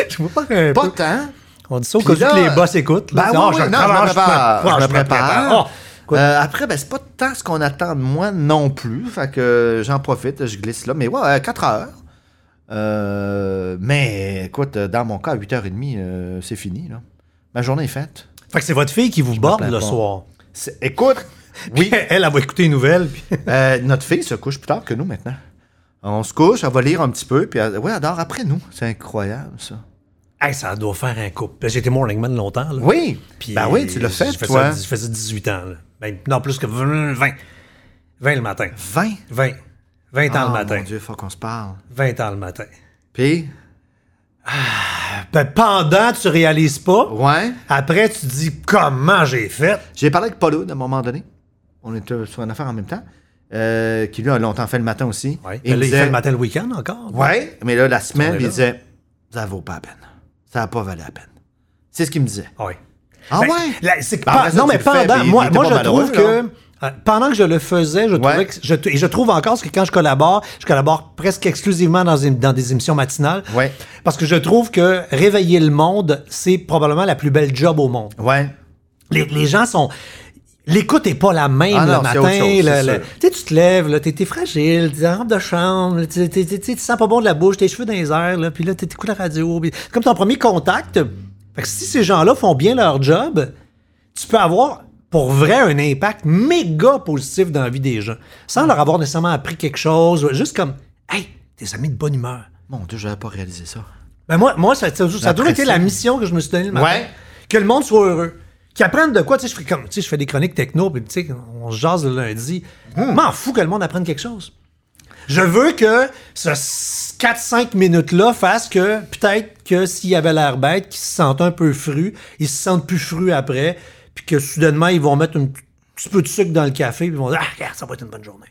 S1: Je veux pas un
S3: pas
S1: peu-
S3: tant.
S1: On dit ça au
S3: Puis
S1: cas où
S3: là-
S1: que les boss écoutent. là.
S3: Ben
S1: C'est,
S3: oui,
S1: Ah,
S3: oui,
S1: je
S3: non,
S1: travaille,
S3: je me prépare,
S1: prépare,
S3: je me prépare.
S1: Ah, écoute,
S3: Euh, après, ben, c'est pas tant ce qu'on attend de moi non plus. Fait que euh, j'en profite, je glisse là. Mais ouais, à 4 heures. Euh, mais écoute, euh, dans mon cas, à 8h30, euh, c'est fini. Là. Ma journée est faite.
S1: Fait que c'est votre fille qui vous borde
S3: plains
S1: le
S3: pas.
S1: soir.
S3: C'est- Écoute, *laughs* oui,
S1: Elle, *laughs* elle va écouter une nouvelle. Puis... *laughs*
S3: euh, notre fille se couche plus tard que nous maintenant. On se couche, elle va lire un petit peu, puis elle, ouais, elle dort après nous. C'est incroyable, ça.
S1: Hey, ça doit faire un couple. J'étais morning man longtemps. Là.
S3: Oui,
S1: Puis,
S3: ben oui, tu l'as
S1: je-
S3: fait,
S1: je fais
S3: toi.
S1: ça- je faisais 18 ans. là. Ben, non, plus que 20. 20 20 le matin.
S3: 20
S1: 20. 20 ans
S3: Ah,
S1: le matin.
S3: mon Dieu, faut qu'on se parle.
S1: 20 ans le matin.
S3: Puis,
S1: Ben, pendant, tu réalises pas.
S3: ouais,
S1: Après, tu te dis comment j'ai fait.
S3: J'ai parlé avec Paulo à un moment donné. On était sur une affaire en même temps. euh, qui lui a longtemps fait le matin aussi.
S1: Ouais. Ben
S3: Et il
S1: là,
S3: me
S1: il fait
S3: disait,
S1: le matin le week-end encore.
S3: Ouais, mais là, la semaine,
S1: est
S3: il
S1: là.
S3: disait Ça vaut pas la peine. Ça n'a pas valu la peine. C'est ce qu'il me disait.
S1: Ouais.
S3: Ah
S1: Ben,
S3: ouais?
S1: la- c'est que
S3: Ben,
S1: pen-
S3: après ça,
S1: non,
S3: tu
S1: mais
S3: le fais,
S1: pendant,
S3: puis
S1: moi,
S3: il était
S1: moi
S3: pas
S1: je trouve
S3: malheureux,
S1: que. euh, Pendant que je le faisais, je trouvais
S3: Ouais.
S1: que je, et je trouve encore ce que quand je collabore, je collabore presque exclusivement dans, une- dans des émissions matinales.
S3: Ouais.
S1: Parce que je trouve que réveiller le monde, c'est probablement la plus belle job au monde.
S3: Ouais.
S1: Les, les gens sont. L'écoute est pas la même
S3: Ah non,
S1: le
S3: c'est
S1: matin.
S3: autre chose, c'est
S1: le- le-
S3: sûr.
S1: tu sais, tu te lèves, là, t'es, t'es fragile, t'es en robe de chambre, là, tu, tu- tu- tu- tu sens pas bon de la bouche, tes cheveux dans les airs, là, puis là, t'é- t'écoutes la radio. puis c'est comme ton premier contact. Fait que si ces gens-là font bien leur job, tu peux avoir pour vrai un impact méga positif dans la vie des gens. Sans leur avoir nécessairement appris quelque chose, juste comme Hey, t'es amis de bonne humeur.
S3: Mon Dieu, j'avais pas réalisé ça.
S1: Ben moi, moi ça, ça, ça a toujours été
S3: J'apprécie.
S1: la mission que je me suis donnée le matin.
S3: Ouais.
S1: Que le monde soit heureux. Qu'ils apprennent de quoi. Tu sais, je fais, comme, tu sais, je fais des chroniques techno, puis tu sais, on se jase le lundi.
S3: Hmm.
S1: M'en fous que le monde apprenne quelque chose. Je veux que ce 4-5 minutes-là fasse que peut-être que s'il avait l'air bête, qu'ils se sentent un peu frus, ils se sentent plus frus après, puis que soudainement, ils vont mettre un petit peu de sucre dans le café, puis ils vont dire Ah, regarde, ça va être une bonne journée.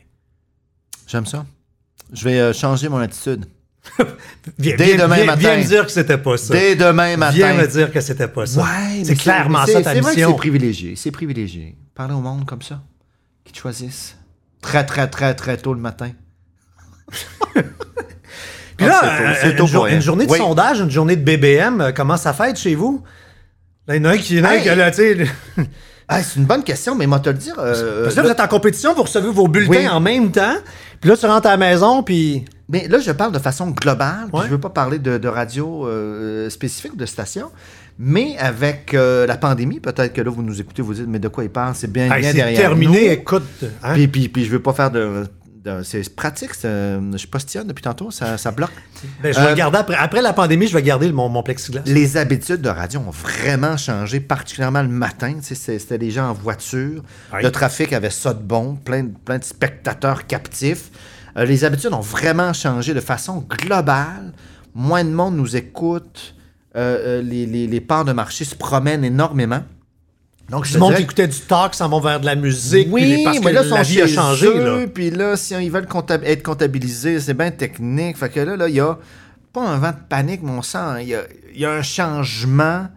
S3: J'aime ça. Je vais euh, changer mon attitude.
S1: Viens,
S3: Dès
S1: viens-
S3: demain
S1: viens-
S3: matin.
S1: viens me dire que c'était pas ça.
S3: Dès demain matin.
S1: Viens me dire que c'était pas ça.
S3: Ouais, mais
S1: c'est clairement
S3: mais
S1: ça
S3: c'est-
S1: ta
S3: C'est vrai que
S1: mission.
S3: c'est privilégié. C'est privilégié. Parler au monde comme ça. Qui te choisissent. Très, très, très, très tôt le matin.
S1: *laughs* Puis là,
S3: Ah, c'est tôt,
S1: euh,
S3: c'est
S1: une,
S3: tôt
S1: jour-
S3: pour rien.
S1: une journée de
S3: Oui.
S1: sondage, une journée de BBM, euh, comment ça fête chez vous? Là, il y en a un qui il y en a un
S3: Hey!
S1: qui, là, tu sais, là-
S3: Ah, c'est une bonne question, mais moi, te le dire. euh,
S1: Parce que là,
S3: le-
S1: vous êtes en compétition, vous recevez vos bulletins
S3: Oui.
S1: en même temps. Puis là, tu rentres à la maison, puis
S3: Mais là, je parle de façon globale. puis
S1: Ouais.
S3: Je veux pas parler de, de radio euh, spécifique, de station. Mais avec euh, la pandémie, peut-être que là, vous nous écoutez, vous dites, mais de quoi ils parlent? C'est bien,
S1: hey,
S3: bien
S1: c'est
S3: derrière
S1: terminé,
S3: nous.
S1: écoute. hein.
S3: Puis, puis, puis je veux pas faire de, Euh, C'est pratique, c'est- je postillonne depuis tantôt, ça, ça bloque.
S1: Ben, je vais
S3: Euh,
S1: le garder après, après la pandémie, je vais garder mon, mon plexiglas.
S3: Les habitudes de radio ont vraiment changé, particulièrement le matin. Tu sais, c'est- C'était les gens en voiture,
S1: Oui.
S3: le trafic avait ça de bon, plein, de- plein de spectateurs captifs. Euh, les habitudes ont vraiment changé de façon globale. Moins de monde nous écoute, euh, euh, les, les- les parts de marché se promènent énormément. Donc, je
S1: Du
S3: te
S1: monde
S3: dirais
S1: qui écoutait du talk s'en vont vers de la musique. puis les-
S3: oui,
S1: parce que
S3: mais là,
S1: la
S3: sont
S1: vie a
S3: chez
S1: changé.
S3: eux,
S1: là.
S3: Puis là, si ils veulent compta- être comptabilisés, c'est bien technique. Fait que là, là, il y a pas un vent de panique, mon sang. hein. Il y a, il y a un changement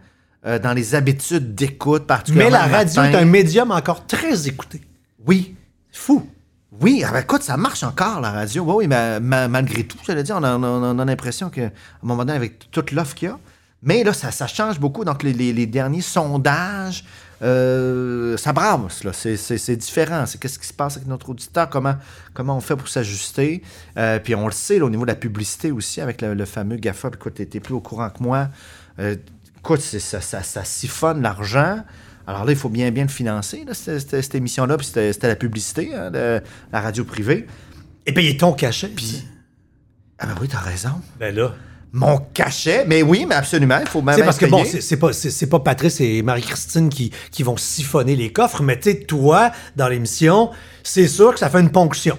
S3: euh, dans les habitudes d'écoute,
S1: Mais
S3: particulièrement.
S1: la
S3: le
S1: radio
S3: matin.
S1: est un médium encore très écouté.
S3: Oui.
S1: Fou.
S3: Oui, ah ben, écoute, ça marche encore, la radio. Oui, oui, mais ma- malgré tout, j'allais dire, on a, on a- on a l'impression qu'à un moment donné, avec toute l'offre qu'il y a, mais là, ça, ça change beaucoup. Donc, les, les- les derniers sondages, euh, ça brasse, là. C'est- C'est c'est différent. C'est qu'est-ce qui se passe avec notre auditeur, comment, comment on fait pour s'ajuster. Euh, puis, on le sait, là, au niveau de la publicité aussi, avec le, le fameux GAFA. Puis, Écoute, t'es- t'es plus au courant que moi. Euh, écoute, c'est- ça, ça, ça siphonne l'argent. Alors là, il faut bien, bien le financer, là, cette, cette- cette émission-là. Puis c'était c'était la publicité, hein, de la radio privée.
S1: Et payer ton cachet.
S3: Ah ben oui, t'as raison.
S1: ben là.
S3: Mon cachet, mais oui, mais absolument, il faut même
S1: Tu sais, parce que
S3: être
S1: bon,
S3: payé.
S1: Ben, c'est c'est pas, c'est- c'est pas Patrice et Marie-Christine qui, qui vont siphonner les coffres, mais tu sais, toi, dans l'émission, c'est sûr que ça fait une ponction.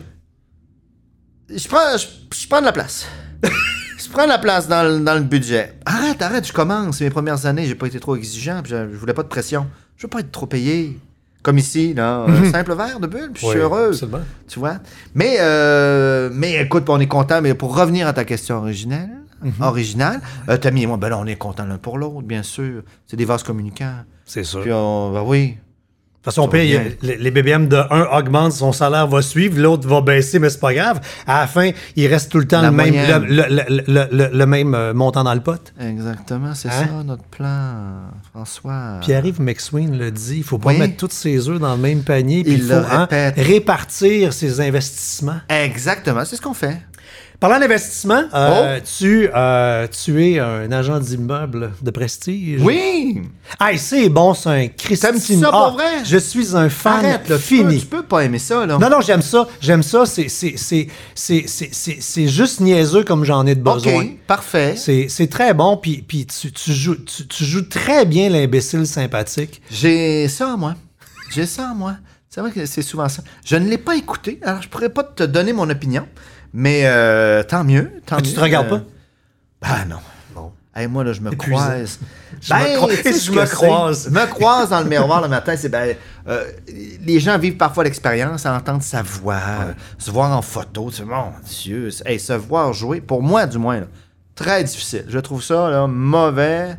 S3: je prends, je, je prends de la *laughs* place. je prends de la place dans le, dans le budget. Arrête, arrête, je commence. Mes premières années, j'ai pas été trop exigeant, puis je, je voulais pas de pression. Je veux pas être trop payé. Comme ici, là, un simple verre de bulle, puis je suis
S1: Ouais,
S3: heureux.
S1: absolument.
S3: Tu vois? Mais, euh, mais écoute, on est content. Mais pour revenir à ta question originelle,
S1: Mhm.
S3: originale, euh, Tammy et moi, ben là, on est content l'un pour l'autre, bien sûr. C'est des vases communicants.
S1: C'est sûr.
S3: Puis on, ben oui,
S1: De toute façon, on
S3: Ça
S1: paye,
S3: va bien.
S1: les, les BBM de un augmentent, son salaire va suivre, l'autre va baisser, mais c'est pas grave. À la fin, il reste tout le temps
S3: La
S1: le même,
S3: moyenne.
S1: le, le- le- le- le- le même euh, montant dans le pot.
S3: exactement, c'est
S1: Hein?
S3: ça notre plan, François.
S1: Pierre-Yves McSween le dit, il faut pas
S3: Ah. Oui.
S1: mettre tous ses œufs dans le même panier, puis
S3: Il
S1: il faut
S3: le
S1: hein,
S3: répète.
S1: répartir ses investissements.
S3: Exactement, c'est ce qu'on fait.
S1: Parlant d'investissement,
S3: Oh.
S1: euh, tu, euh, tu es un agent d'immeuble de prestige.
S3: Oui!
S1: Ah, c'est bon, c'est un Christian.
S3: T'aimes-tu ça pour vrai?
S1: Je suis un fan
S3: Arrête, là, tu
S1: fini.
S3: peux- Tu, peux, pas aimer ça, là.
S1: Non, non, j'aime ça. J'aime ça. C'est, c'est, c'est, c'est, c'est, c'est- c'est juste niaiseux comme j'en ai de
S3: OK,
S1: besoin.
S3: parfait.
S1: C'est, c'est très bon, puis, puis tu, tu joues, tu, tu joues très bien l'imbécile sympathique.
S3: J'ai ça, moi. J'ai ça, moi. C'est vrai que c'est souvent ça. Je ne l'ai pas écouté, alors je pourrais pas te donner mon opinion, mais euh, tant mieux. Tant
S1: Mais Ah, tu
S3: mieux,
S1: te regardes
S3: euh,
S1: pas?
S3: Ben non. Bon. Hey, moi, là, je me
S1: Épuisant.
S3: croise.
S1: Je me croise.
S3: Ben, tu sais
S1: Je
S3: ce
S1: me
S3: que c'est.
S1: croise.
S3: Je me croise dans le miroir le matin. C'est ben, euh, les gens vivent parfois l'expérience à entendre sa voix, euh, se voir en photo. Tu sais, mon Dieu, c'est- hey, se voir jouer, pour moi du moins, là, très difficile. Je trouve ça là, mauvais,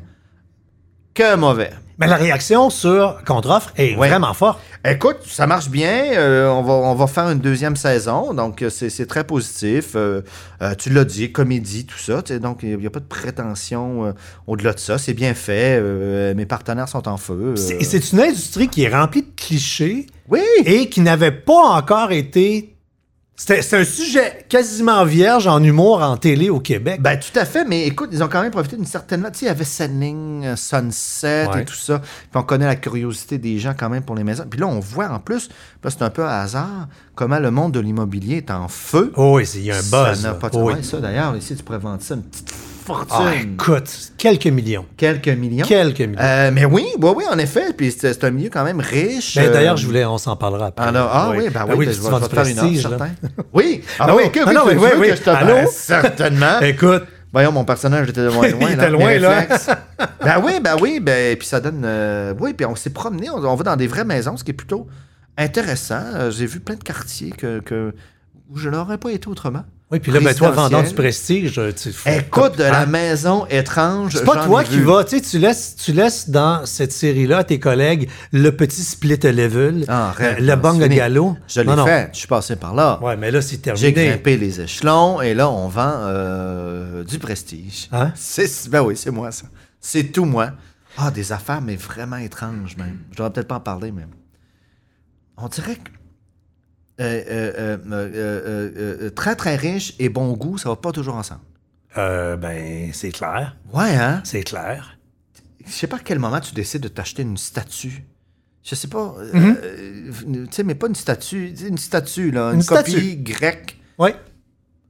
S3: que mauvais.
S1: Mais la réaction sur contre-offre est
S3: Ouais.
S1: vraiment forte.
S3: Écoute, ça marche bien. euh, on, va, on va faire une deuxième saison. Donc, euh, c'est c'est très positif. euh, euh, tu l'as dit, comédie, tout ça. tu sais, Donc, il n'y a pas de prétention euh, au-delà de ça. C'est bien fait. euh, mes partenaires sont en feu. euh.
S1: C'est, c'est une industrie qui est remplie de clichés
S3: Oui!
S1: et qui n'avait pas encore été. C'était, c'est un sujet quasiment vierge en humour en télé au Québec.
S3: Ben, tout à fait, mais écoute, ils ont quand même profité d'une certaine. Tu sais, il y avait Sunning, euh, Sunset
S1: Ouais.
S3: et tout ça. Puis on connaît la curiosité des gens quand même pour les maisons. Puis là, on voit en plus, là, c'est un peu à hasard, comment le monde de l'immobilier est en feu.
S1: oh, oui, c'est- il y a un buzz.
S3: Ça n'a
S1: là.
S3: pas de
S1: Oh, oui.
S3: ouais, ça d'ailleurs. Ici, tu pourrais vendre ça une petite
S1: Ah,
S3: fortune.
S1: écoute, quelques millions.
S3: Quelques millions.
S1: Quelques millions.
S3: Euh, mais oui, oui, oui, en effet. Puis c'est c'est un milieu quand même riche.
S1: Ben, D'ailleurs,
S3: euh,
S1: je voulais, on s'en parlera après.
S3: alors, ah oui, ben oui, ben,
S1: parce
S3: je
S1: que
S3: vais
S1: tu vas
S3: je vais
S1: du
S3: faire une heure,
S1: prestige, là.
S3: certain. Oui, ah
S1: Ben
S3: oui,
S1: *laughs* oui.
S3: ok,
S1: Non,
S3: oui,
S1: non,
S3: tu
S1: mais
S3: veux
S1: oui,
S3: que
S1: oui.
S3: je te
S1: Allô?
S3: Ben, certainement.
S1: *laughs* Écoute,
S3: Voyons, mon personnage était loin, loin.
S1: *laughs* Il
S3: là,
S1: était
S3: mes
S1: loin, là.
S3: réflexes.
S1: *laughs*
S3: ben oui, ben oui, ben, puis ça donne. euh, oui, puis on s'est promené, on, on va dans des vraies maisons, ce qui est plutôt intéressant. Euh, J'ai vu plein de quartiers que, que- où je n'aurais pas été autrement.
S1: oui, puis là, ben, toi, vendant du
S3: Résidentiel.
S1: prestige, euh, tu fais-
S3: Écoute, de la
S1: Ah,
S3: maison étrange.
S1: C'est pas
S3: j'en
S1: toi
S3: ai
S1: qui
S3: vu.
S1: vas, tu sais, tu laisses, tu laisses dans cette série-là à tes collègues le petit split level,
S3: Ah, arrête,
S1: euh, le
S3: non,
S1: bang
S3: c'est
S1: à
S3: fini.
S1: galop.
S3: Je
S1: Non,
S3: l'ai
S1: non.
S3: fait. Je suis passé par là.
S1: Ah. Ouais, mais là, c'est
S3: J'ai
S1: terminé.
S3: grimpé les échelons et là, on vend euh, du prestige.
S1: Hein?
S3: C'est- Ben oui, c'est moi, ça. C'est tout moi. Ah, des affaires, mais vraiment étranges, même. Je devrais peut-être pas en parler, mais. On dirait que. euh, euh, euh, euh, euh, euh, euh, très, très riche et bon goût, ça va pas toujours ensemble.
S1: Euh, ben, c'est clair,
S3: Ouais, hein?
S1: c'est clair.
S3: Je sais pas à quel moment tu décides de t'acheter une statue. je sais pas, euh,
S1: Mhm.
S3: euh, tu sais, mais pas une statue, une statue, là, une,
S1: Une
S3: copie
S1: statue.
S3: grecque.
S1: Oui.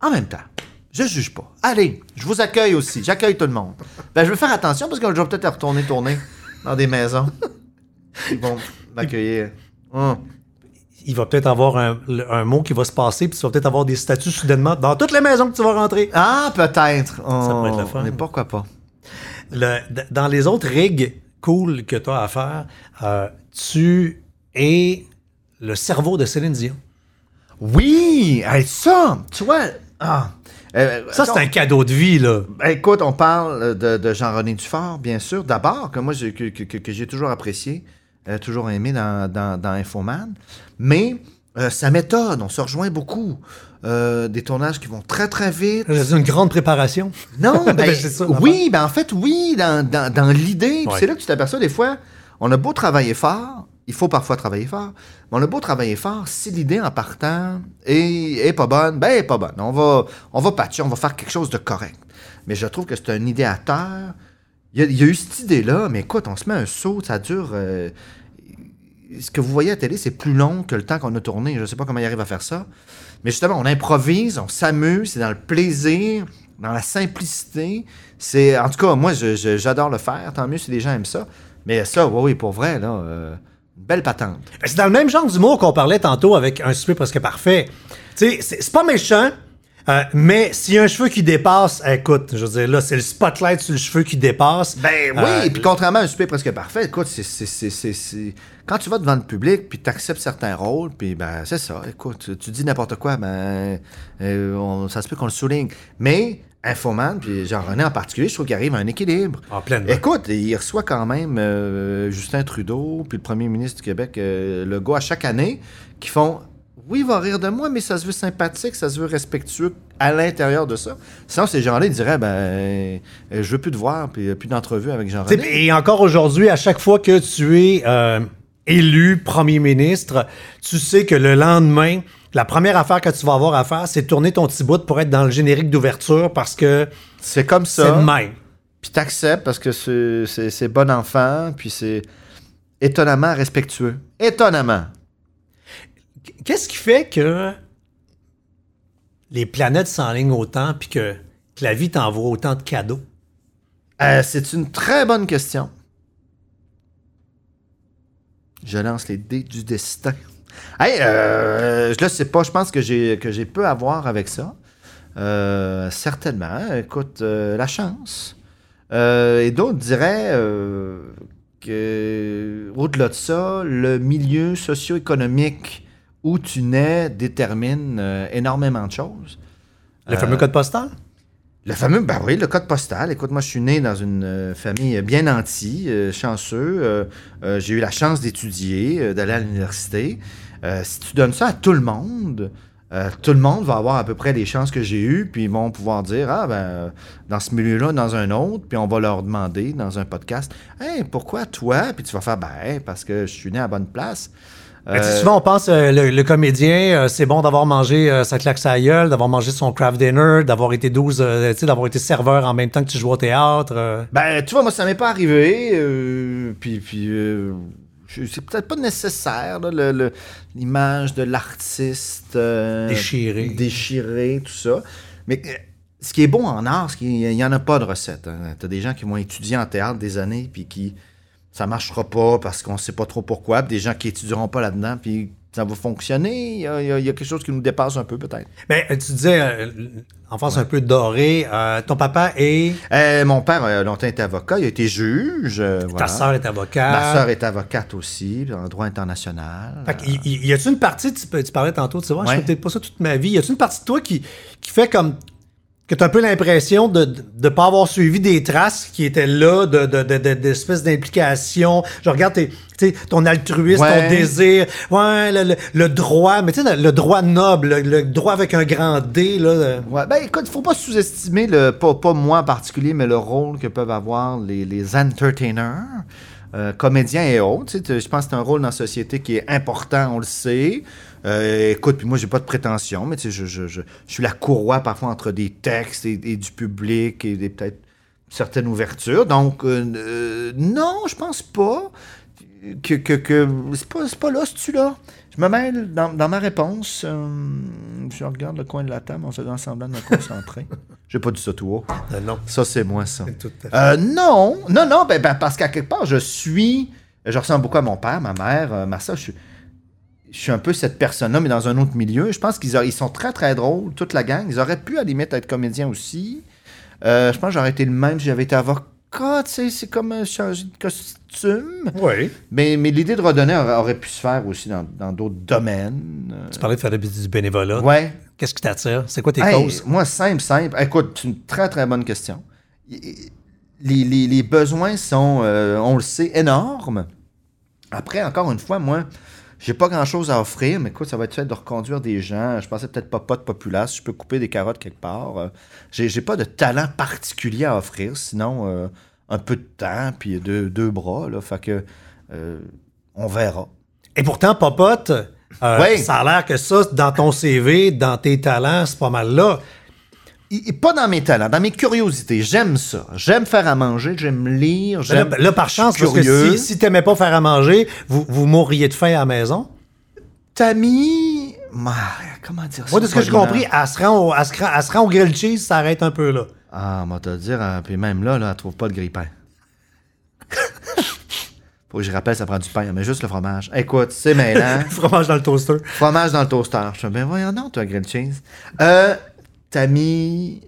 S3: En même temps, je juge pas. Allez, je vous accueille aussi, j'accueille tout le monde. Ben, je vais faire attention parce que je vais peut-être retourner tourner dans des maisons.
S1: *laughs*
S3: Ils vont m'accueillir. Hum.
S1: Il va peut-être avoir un, le- un mot qui va se passer, puis tu vas peut-être avoir des statues soudainement dans toutes les maisons que tu vas rentrer.
S3: Ah, peut-être.
S1: pourrait être
S3: Oh,
S1: le fun.
S3: Mais pourquoi pas?
S1: Le- d- dans les autres rigs cool que tu as à faire, euh, tu es le cerveau de Céline Dion.
S3: Oui! hey, ça! Tu vois... ah, euh,
S1: Ça,
S3: donc,
S1: c'est un cadeau de vie, là.
S3: Ben, Écoute, on parle euh, de, de Jean-René Dufort, bien sûr, d'abord, que moi, j'ai- que, que- que- que j'ai toujours apprécié, euh, toujours aimé dans, dans, dans Infoman. Mais euh, sa méthode, on se rejoint beaucoup. Euh, des tournages qui vont très, très vite.
S1: C'est une grande préparation.
S3: Non, ben,
S1: Ben, c'est ça, l'affaire.
S3: oui, ben en fait, oui, dans, dans, dans l'idée. Puis
S1: Ouais.
S3: C'est là que tu t'aperçois, des fois, on a beau travailler fort, il faut parfois travailler fort, mais on a beau travailler fort, si l'idée en partant est, est pas bonne, ben elle est pas bonne. On va, on va patcher, on va faire quelque chose de correct. Mais je trouve que c'est un idéateur. Il y, a, il y a eu cette idée-là, mais écoute, on se met un saut, ça dure... euh, ce que vous voyez à la télé, c'est plus long que le temps qu'on a tourné. Je ne sais pas comment il arrive à faire ça. Mais justement, on improvise, on s'amuse, c'est dans le plaisir, dans la simplicité. C'est, en tout cas, moi, je- je- j'adore le faire. Tant mieux si les gens aiment ça. Mais ça, oui, oui, pour vrai, là, euh, une belle patente.
S1: Ben, C'est dans le même genre d'humour qu'on parlait tantôt avec un souper presque parfait. Tu sais, c'est c'est pas méchant, euh, mais s'il y a un cheveu qui dépasse, eh, écoute, je veux dire, là, c'est le spotlight sur le cheveu qui dépasse.
S3: Ben oui,
S1: Euh,
S3: puis contrairement à un super presque parfait, écoute, c'est, c'est, c'est, c'est, c'est- Quand tu vas devant le public, puis t'acceptes certains rôles, puis ben c'est ça, écoute, tu, tu dis n'importe quoi, ben euh, on- ça se peut qu'on le souligne. Mais Infoman, puis Jean-René en particulier, je trouve qu'il arrive à un équilibre.
S1: En Ah, pleine main.
S3: Écoute, il reçoit quand même euh, Justin Trudeau, puis le premier ministre du Québec, euh, Legault, à chaque année, qui font... Oui, il va rire de moi, mais ça se veut sympathique, ça se veut respectueux à l'intérieur de ça. Sinon, ces gens-là, ils diraient, ben, euh, je veux plus te voir, puis euh, plus d'entrevue avec Jean-René.
S1: Tu sais, Et encore aujourd'hui, à chaque fois que tu es euh, élu premier ministre, tu sais que le lendemain, la première affaire que tu vas avoir à faire, c'est tourner ton petit bout pour être dans le générique d'ouverture parce que
S3: C'est comme
S1: c'est
S3: ça.
S1: le même.
S3: Puis t'acceptes parce que c'est- c'est c'est bon enfant, puis c'est étonnamment respectueux. Étonnamment.
S1: Qu'est-ce qui fait que les planètes s'enlignent autant puis que, que la vie t'envoie autant de cadeaux?
S3: Euh, c'est une très bonne question. Je lance les dés du destin. Hey, euh, je le sais pas. Je pense que j'ai que j'ai peu à voir avec ça. Euh, certainement. Écoute, euh, la chance. Euh, et d'autres diraient euh, que au-delà de ça, le milieu socio-économique où tu nais détermine euh, énormément de choses.
S1: Le
S3: Euh,
S1: fameux code postal?
S3: Le fameux, ben oui, le code postal. Écoute, moi, je suis né dans une euh, famille bien nantie, euh, chanceux. Euh, euh, J'ai eu la chance d'étudier, euh, d'aller à l'université. Euh, si tu donnes ça à tout le monde, euh, tout le monde va avoir à peu près les chances que j'ai eues, puis ils vont pouvoir dire, ah, ben, euh, dans ce milieu-là, dans un autre, puis on va leur demander dans un podcast, hey, pourquoi toi? Puis tu vas faire, ben, hey, parce que je suis né à la bonne place.
S1: Ben, tu sais,
S3: Euh,
S1: souvent, on pense, euh, le, le comédien, euh, c'est bon d'avoir mangé euh, sa claque sa gueule, d'avoir mangé son craft dinner, d'avoir été 12, euh, tu sais, d'avoir été serveur en même temps que tu joues au théâtre. euh.
S3: Ben, tu vois, moi, ça m'est pas arrivé. euh, puis, puis euh, je- c'est peut-être pas nécessaire, là, le- le- l'image de l'artiste. euh,
S1: Déchiré.
S3: Déchiré, tout ça. Mais euh, ce qui est bon en art, c'est qu'il n'y en a pas de recette. hein. T'as des gens qui vont étudier en théâtre des années, puis qui. Ça marchera pas parce qu'on sait pas trop pourquoi. puis des gens qui étudieront pas là-dedans, puis ça va fonctionner. Il y, a- il y a il y a quelque chose qui nous dépasse un peu, peut-être.
S1: Mais euh, tu disais, euh, enfance un peu dorée, euh, ton papa et
S3: Euh, mon père a longtemps été avocat. Il a été juge. euh,
S1: ta
S3: voilà.
S1: sœur est avocate.
S3: Ma sœur est avocate aussi, en droit international.
S1: Euh,
S3: Euh,
S1: Fait que y- y, y a-tu une partie, tu, peux- tu parlais tantôt, tu sais, ouais, je
S3: Ouais.
S1: fais peut-être pas ça toute ma vie. Y a-tu une partie de toi qui, qui fait comme. que t'as un peu l'impression de ne pas avoir suivi des traces qui étaient là, de, de, de- de- d'espèces d'implications. Je regarde tes, tu sais, ton altruisme,
S3: Ouais.
S1: ton désir, ouais, le, le- le droit, mais tu sais, le, le droit noble, le, le droit avec un grand D, là. euh,
S3: Ouais, ben écoute, faut pas sous-estimer le pas, pas moi en particulier, mais le rôle que peuvent avoir les, les entertainers, euh, comédiens et autres. Tu sais, tu- Je pense que c'est un rôle dans la société qui est important, on le sait. Euh, écoute, puis moi j'ai pas de prétention, mais tu sais, je, je, je, je suis la courroie parfois entre des textes et, et du public et des peut-être certaines ouvertures. Donc euh, euh, non, je pense pas. que, que, que c'est pas, c'est pas là, c'est-tu là? Je me mêle dans, dans ma réponse. euh, je regarde le coin de la table en faisant semblant de me concentrer. *laughs* J'ai pas dit ça tout haut.
S1: Euh, non.
S3: Ça, c'est moi, ça.
S1: Tout à fait.
S3: Euh, non, non, non, ben, ben, parce qu'à quelque part, je suis. Je ressemble beaucoup à mon père, ma mère, euh, Marcel. Je suis, je suis un peu cette personne-là, mais dans un autre milieu. Je pense qu'ils a- ils sont très, très drôles, toute la gang. Ils auraient pu, à la limite, être comédiens aussi. Euh, je pense que j'aurais été le même si j'avais été avocat. Tu sais, c'est comme un changer de costume.
S1: Oui.
S3: Mais, mais l'idée de redonner aurait, aurait pu se faire aussi dans dans d'autres domaines. Euh,
S1: Tu parlais de faire du du bénévolat.
S3: ouais.
S1: Qu'est-ce qui t'attire? C'est quoi tes
S3: Hey,
S1: causes?
S3: Moi, simple, simple. Écoute, c'est une très, très bonne question. Les, les- les besoins sont, euh, on le sait, énormes. Après, encore une fois, moi, j'ai pas grand-chose à offrir, mais écoute, ça va être fait de reconduire des gens. Je pensais peut-être pas pas de populace. Je peux couper des carottes quelque part. Euh, J'ai j'ai pas de talent particulier à offrir, sinon euh, un peu de temps puis deux, deux bras. Là, fait que, euh, on verra.
S1: Et pourtant, Popote, euh,
S3: Oui.
S1: ça a l'air que ça, dans ton CV, dans tes talents, c'est pas mal là.
S3: Et- et pas dans mes talents, dans mes curiosités. J'aime ça. J'aime faire à manger, j'aime lire,
S1: Là, ben
S3: j'aime.
S1: là, par chance,
S3: Je suis
S1: parce que
S3: curieux.
S1: si, si t'aimais pas faire à manger, vous, vous mourriez de faim à la maison.
S3: Tammy. Ma- Comment dire ça?
S1: Moi, de ce que j'ai
S3: poliment?
S1: compris, elle se, rend au, elle se rend- elle se rend au grilled cheese, ça arrête un peu là.
S3: Ah, on va te dire, hein, puis même là, là, elle trouve pas
S1: *laughs*
S3: de grille-pain. Faut que je rappelle, ça prend du pain, mais juste le fromage. Écoute,
S1: *laughs*
S3: c'est mêlant.
S1: Fromage dans le toaster.
S3: fromage dans le toaster. Je fais, ben voyons donc, toi, grilled cheese. Euh, Tammy.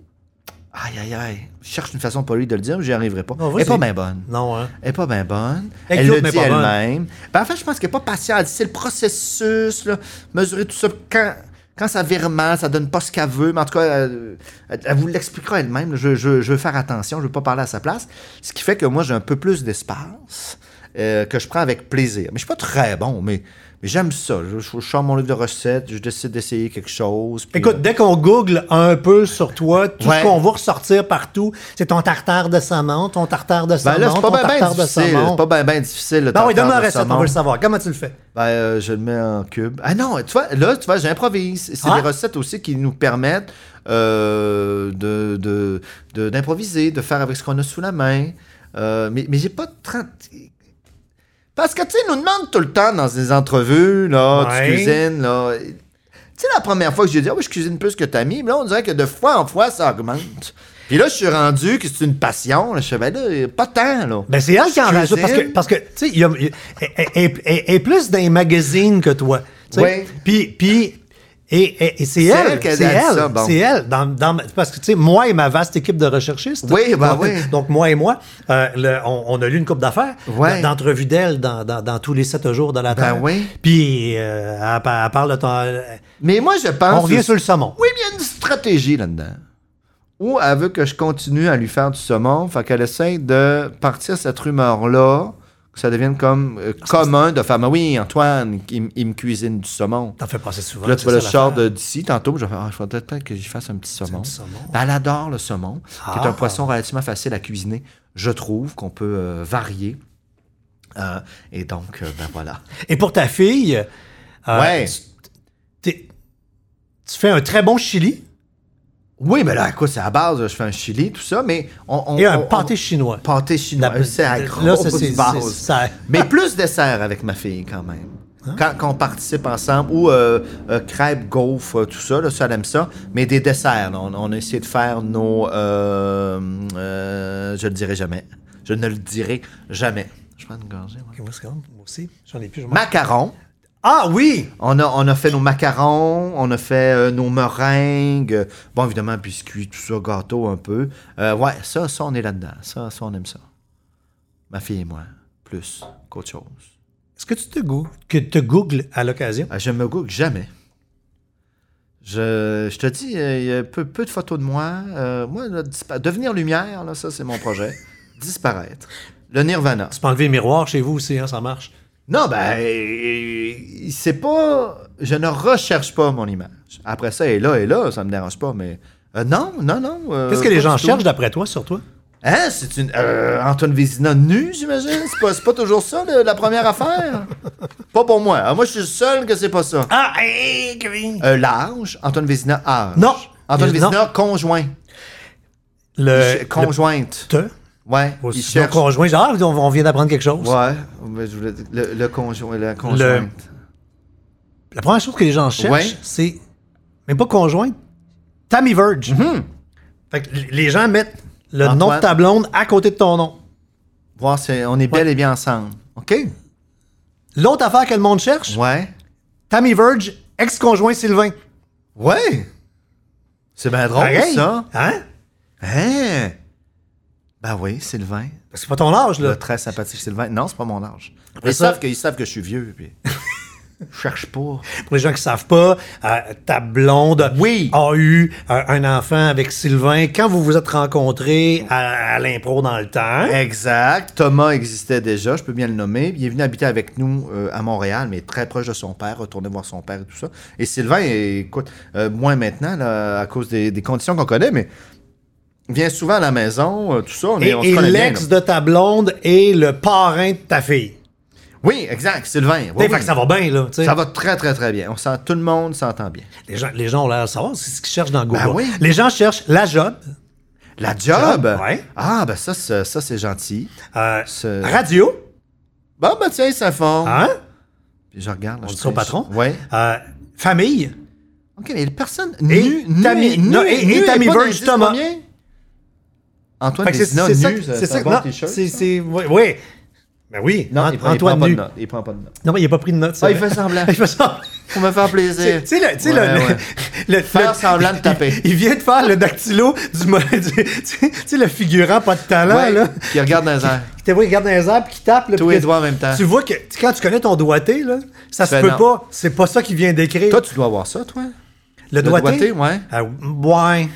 S3: Aïe, aïe, aïe. Je cherche une façon polie de le dire, mais j'y arriverai pas.
S1: Non, vas-y.
S3: Elle est pas bien bonne.
S1: Non, hein?
S3: Elle est pas bien bonne.
S1: Elle est
S3: Elle
S1: cute,
S3: le
S1: mais
S3: dit
S1: pas bonne.
S3: elle-même. Ben, en fait, je pense qu'elle est pas patiente. C'est le processus, là, mesurer tout ça. Quand, quand ça vire mal, ça donne pas ce qu'elle veut. Mais en tout cas, elle, elle- elle vous l'expliquera elle-même. là. Je, je, je veux faire attention. Je veux pas parler à sa place. Ce qui fait que moi, j'ai un peu plus d'espace euh, que je prends avec plaisir. Mais je suis pas très bon, mais, mais j'aime ça. Je, je, je sors mon livre de recettes. Je décide d'essayer quelque chose. puis, euh,
S1: Écoute, dès qu'on google un peu sur toi, tout
S3: Ouais.
S1: ce qu'on voit ressortir partout, c'est ton tartare de saumon, ton tartare de
S3: euh, ben
S1: saumon,
S3: là,
S1: ton
S3: c'est pas bien
S1: tartare de
S3: difficile.
S1: saumon.
S3: C'est pas bien difficile. le
S1: Non, oui,
S3: tartare
S1: donne-moi la
S3: de
S1: recette, on
S3: saumon.
S1: veut le savoir. Comment tu le fais?
S3: Ben, euh, je le mets en cube. Ah non, tu vois, là, tu vois, j'improvise. C'est
S1: Ah.
S3: des recettes aussi qui nous permettent euh, de- de- de- d'improviser, de, faire avec ce qu'on a sous la main. Euh, mais mais j'ai pas de 30... Parce que, tu sais, ils nous demandent tout le temps dans des entrevues, là,
S1: Ouais.
S3: tu cuisines, là. Tu sais, la première fois que j'ai dit, Ah oui, je cuisine plus que ta mais là, on dirait que de fois en fois, ça augmente. Puis là, je suis rendu que c'est une passion. là. Je fais, ben là, pas tant, là.
S1: Ben, c'est elle qui en
S3: Je
S1: rajoute. Parce que,
S3: cuisine.
S1: parce que tu sais, il y a- il y a- elle- elle- elle- elle est plus dans les magazines que toi. tu sais.
S3: Ouais.
S1: Puis, puis, et, et- et c'est elle,
S3: elle qui a
S1: c'est
S3: dit
S1: elle,
S3: ça, bon.
S1: c'est elle. Dans, dans ma- parce que, tu sais, moi et ma vaste équipe de recherchistes,
S3: Oui, ben
S1: donc,
S3: oui.
S1: donc moi et moi, euh, le- on, on a lu une coupe d'affaires,
S3: Ouais.
S1: d'entrevues d'elle dans, dans, dans tous les sept jours de la
S3: Ben
S1: Terre.
S3: oui. Ah,
S1: Puis, euh, elle, pa- elle parle de ton...
S3: Mais moi, je pense...
S1: On revient
S3: aussi-
S1: sur le saumon.
S3: Oui, mais il y a une stratégie là-dedans. Ou elle veut que je continue à lui faire du saumon, fait qu'elle essaie de partir cette rumeur-là, que ça devienne comme
S1: Ah,
S3: euh, commun de faire Mais oui, Antoine, il, il me cuisine du saumon.
S1: T'en fais passer souvent.
S3: Puis là, tu
S1: c'est
S3: vois le
S1: ça
S3: sort
S1: l'affaire.
S3: de- d'ici tantôt, puis je vais faire Ah, il faudrait peut-être que j'y fasse un petit saumon.
S1: petit saumon.
S3: Ben, elle adore le saumon, qui est
S1: Ah.
S3: un poisson relativement facile à cuisiner. Je trouve qu'on peut euh, varier. Euh, et donc, euh, ben voilà.
S1: Et pour ta fille, euh,
S3: Ouais.
S1: tu- t'es- tu fais un très bon chili.
S3: Oui, mais là, écoute, c'est à la base, je fais un chili, tout ça, mais on. on-
S1: Et un
S3: on-
S1: pâté
S3: on-
S1: chinois.
S3: Pâté chinois,
S1: La-
S3: c'est à
S1: là,
S3: grosse
S1: ça, oh, c'est-
S3: base.
S1: c'est- Hein? ça- *laughs*
S3: Mais plus dessert avec ma fille, quand même. Quand, quand on participe ensemble, ou euh, euh, crêpes, gaufres, euh, tout ça, là, ça, elle aime ça. Mais des desserts, là, on, on a essayé de faire nos... euh, euh, je le dirai jamais. Je ne le dirai jamais. Je prends une gorgée, moi.
S1: Ok, moi, c'est grave. Moi aussi, j'en ai plus. je m'en-
S3: Macarons.
S1: Ah oui!
S3: On a, on a fait nos macarons, on a fait euh, nos meringues. Bon, évidemment, biscuits, tout ça, gâteau un peu. Euh, ouais, ça, ça, on est là-dedans. Ça, ça, on aime ça. Ma fille et moi, plus qu'autre chose.
S1: Est-ce que tu te, gou- que te googles à l'occasion?
S3: Euh, je me goûte jamais. Je, je te dis, euh, il y a peu, peu de photos de moi. Euh, moi, là, dispa- devenir lumière, là, ça, c'est mon projet. Disparaître. Le nirvana.
S1: Tu peux enlever le miroir chez vous aussi, hein, ça marche.
S3: Non, ben, euh, c'est pas. Je ne recherche pas mon image. Après ça, elle est là, elle est là, ça me dérange pas, mais. euh, non, non, non. euh,
S1: Qu'est-ce que
S3: pas
S1: les gens
S3: du tout.
S1: cherchent d'après toi sur toi?
S3: Hein, c'est une. euh, Antoine Vézina nu, j'imagine. C'est pas, c'est pas toujours ça, le- la première affaire. Pas pour moi. Ah, moi, je suis le seul que c'est pas ça.
S1: Ah, hey, Kevin!
S3: Euh, large, Antoine Vézina âge.
S1: Non.
S3: Antoine
S1: Euh, non. Euh,
S3: Vézina conjoint.
S1: Le,
S3: Conjointe.
S1: le te,
S3: Ouais,
S1: Ou
S3: il
S1: sinon
S3: cherche.
S1: conjoint, genre, on, on vient d'apprendre quelque chose.
S3: Ouais, mais je voulais dire, le, le conjoint, la conjointe.
S1: La première chose que les gens cherchent,
S3: Ouais.
S1: c'est même pas conjointe, Tammy Verge. Fait que l- les gens mettent le
S3: Mm-hmm. Antoine.
S1: nom de ta blonde à côté de ton nom.
S3: Voir si on est bel et bien ensemble. OK?
S1: L'autre affaire que le monde cherche,
S3: Ouais.
S1: Tammy Verge, ex-conjoint Sylvain.
S3: Ouais! C'est bien drôle,
S1: Pareil.
S3: Oh, ça.
S1: Hein?
S3: Hein? Ben oui, Sylvain.
S1: C'est pas ton âge,
S3: Le
S1: là.
S3: très sympathique Sylvain. Non, c'est pas mon âge.
S1: Mais
S3: Ils,
S1: ça-
S3: savent que, ils savent que je suis vieux.
S1: *laughs*
S3: Puis... je cherche pas.
S1: Pour les gens qui savent pas, euh, ta blonde
S3: Oui.
S1: a eu euh, un enfant avec Sylvain quand vous vous êtes rencontrés à, à l'impro dans le temps.
S3: Ah, Exact. Thomas existait déjà, je peux bien le nommer. Il est venu habiter avec nous euh, à Montréal, mais très proche de son père, retourner voir son père et tout ça. Et Sylvain, eh, écoute, euh, moins maintenant, là, à cause des, des conditions qu'on connaît, mais vient souvent à la maison, euh, tout ça. On, est-
S1: Et,
S3: on
S1: et
S3: se connaît bien,
S1: l'ex
S3: là.
S1: de ta blonde est le parrain de ta fille.
S3: Oui, exact, Sylvain. Oui,
S1: T'sais,
S3: oui.
S1: Fait que ça va bien, là. t'sais.
S3: Ça va très, très, très bien. On sent, tout le monde s'entend bien.
S1: Les gens, les gens ont l'air de savoir c'est ce qu'ils cherchent dans Google.
S3: Ben oui.
S1: Les gens cherchent la job,
S3: La job!
S1: ouais.
S3: Ah, ben ça, c'est- ça c'est gentil.
S1: euh,
S3: Ce-
S1: radio,
S3: Bon, ben tiens, ça fond.
S1: hein?
S3: Puis Je regarde. là,
S1: On
S3: je
S1: dit ça au
S3: triche.
S1: patron.
S3: Ouais.
S1: Euh, famille,
S3: OK, mais personne.
S1: Et
S3: nu, nu,
S1: Tammy-
S3: nu,
S1: non, et-
S3: nu
S1: et
S3: est
S1: Tammy
S3: pas dans
S1: Verge,
S3: les dix
S1: Thomas.
S3: premiers? Antoine
S1: Fait que c'est
S3: Vézina,
S1: c'est ça,
S3: nu,
S1: c'est
S3: un
S1: ça,
S3: bon
S1: non,
S3: t-shirt,
S1: c'est,
S3: ça?
S1: c'est, oui, oui. Ben oui,
S3: Non,
S1: Ant-
S3: il prend, il
S1: Antoine
S3: prend pas de
S1: nu.
S3: notes. Il prend pas de notes.
S1: Non, mais il n'a pas pris de notes. c'est
S3: Ah, il
S1: vrai.
S3: fait semblant.
S1: *laughs* il fait
S3: *laughs*
S1: semblant.
S3: Pour
S1: *laughs*
S3: me faire plaisir.
S1: Tu sais, le, tu sais,
S3: Ouais,
S1: le- le-
S3: ouais.
S1: le-
S3: Faire
S1: le-
S3: semblant de taper.
S1: *laughs* Il, il vient de faire le dactylo du, mo- *laughs* du- tu sais, tu sais, le figurant pas de talent,
S3: Ouais,
S1: *laughs* là.
S3: Qui regarde dans les
S1: *laughs*
S3: airs.
S1: Qui te voit, il regarde dans les airs, puis qui tape. là,
S3: Tous
S1: puis
S3: les
S1: que-
S3: doigts en même temps.
S1: Tu vois que tu- quand tu connais ton doigté, là, ça se
S3: Ben
S1: peut
S3: non.
S1: pas. C'est pas ça qu'il vient d'écrire.
S3: Toi, tu dois avoir ça, toi.
S1: le, doigté?
S3: ouais.
S1: Ah, ouais.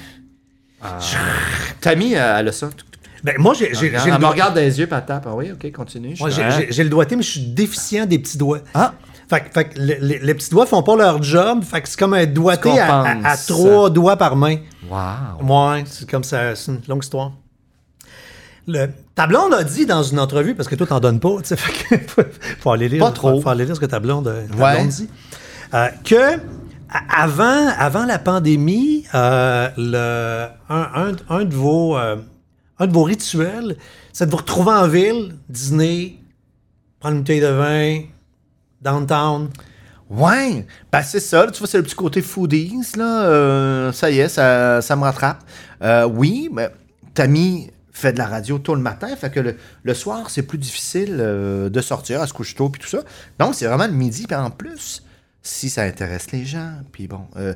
S3: Tammy, euh, elle a ça.
S1: Ben, moi, j'ai, j'ai- j'ai
S3: Elle
S1: le
S3: me
S1: doigt-
S3: Ah, regarde dans les yeux, puis elle tape. Ah oui, OK, continue. Je
S1: moi, j'ai-
S3: suis-
S1: j'ai- j'ai le doigté, mais je suis déficient des petits doigts.
S3: Ah.
S1: Fait, que- fait que le- le- les petits doigts font pas leur job. Fait que c'est comme un doigté à, à- à
S3: compenses.
S1: trois doigts par main.
S3: Wow.
S1: Ouais, c'est comme ça, c'est une longue histoire. Le, ta blonde a dit dans une entrevue, parce que toi, t'en donnes pas, tu sais, *laughs* fait que faut, faut aller lire.
S3: Pas trop.
S1: Faut, faut aller lire ce que ta blonde, euh, ta
S3: Ouais.
S1: blonde dit. Euh, que a- avant, avant la pandémie, euh, le, un, un- un de vos, euh, un de vos rituels, c'est de vous retrouver en ville, dîner, prendre une bouteille de vin, downtown.
S3: Ouais, ben c'est ça, là, tu vois, c'est le petit côté foodies, là, euh, ça y est, ça, ça me rattrape. Euh, oui, mais Tammy fait de la radio tôt le matin, fait que le, le soir, c'est plus difficile euh, de sortir, à se coucher tôt, puis tout ça. Donc, c'est vraiment le midi, puis en plus, si ça intéresse les gens, puis bon, euh,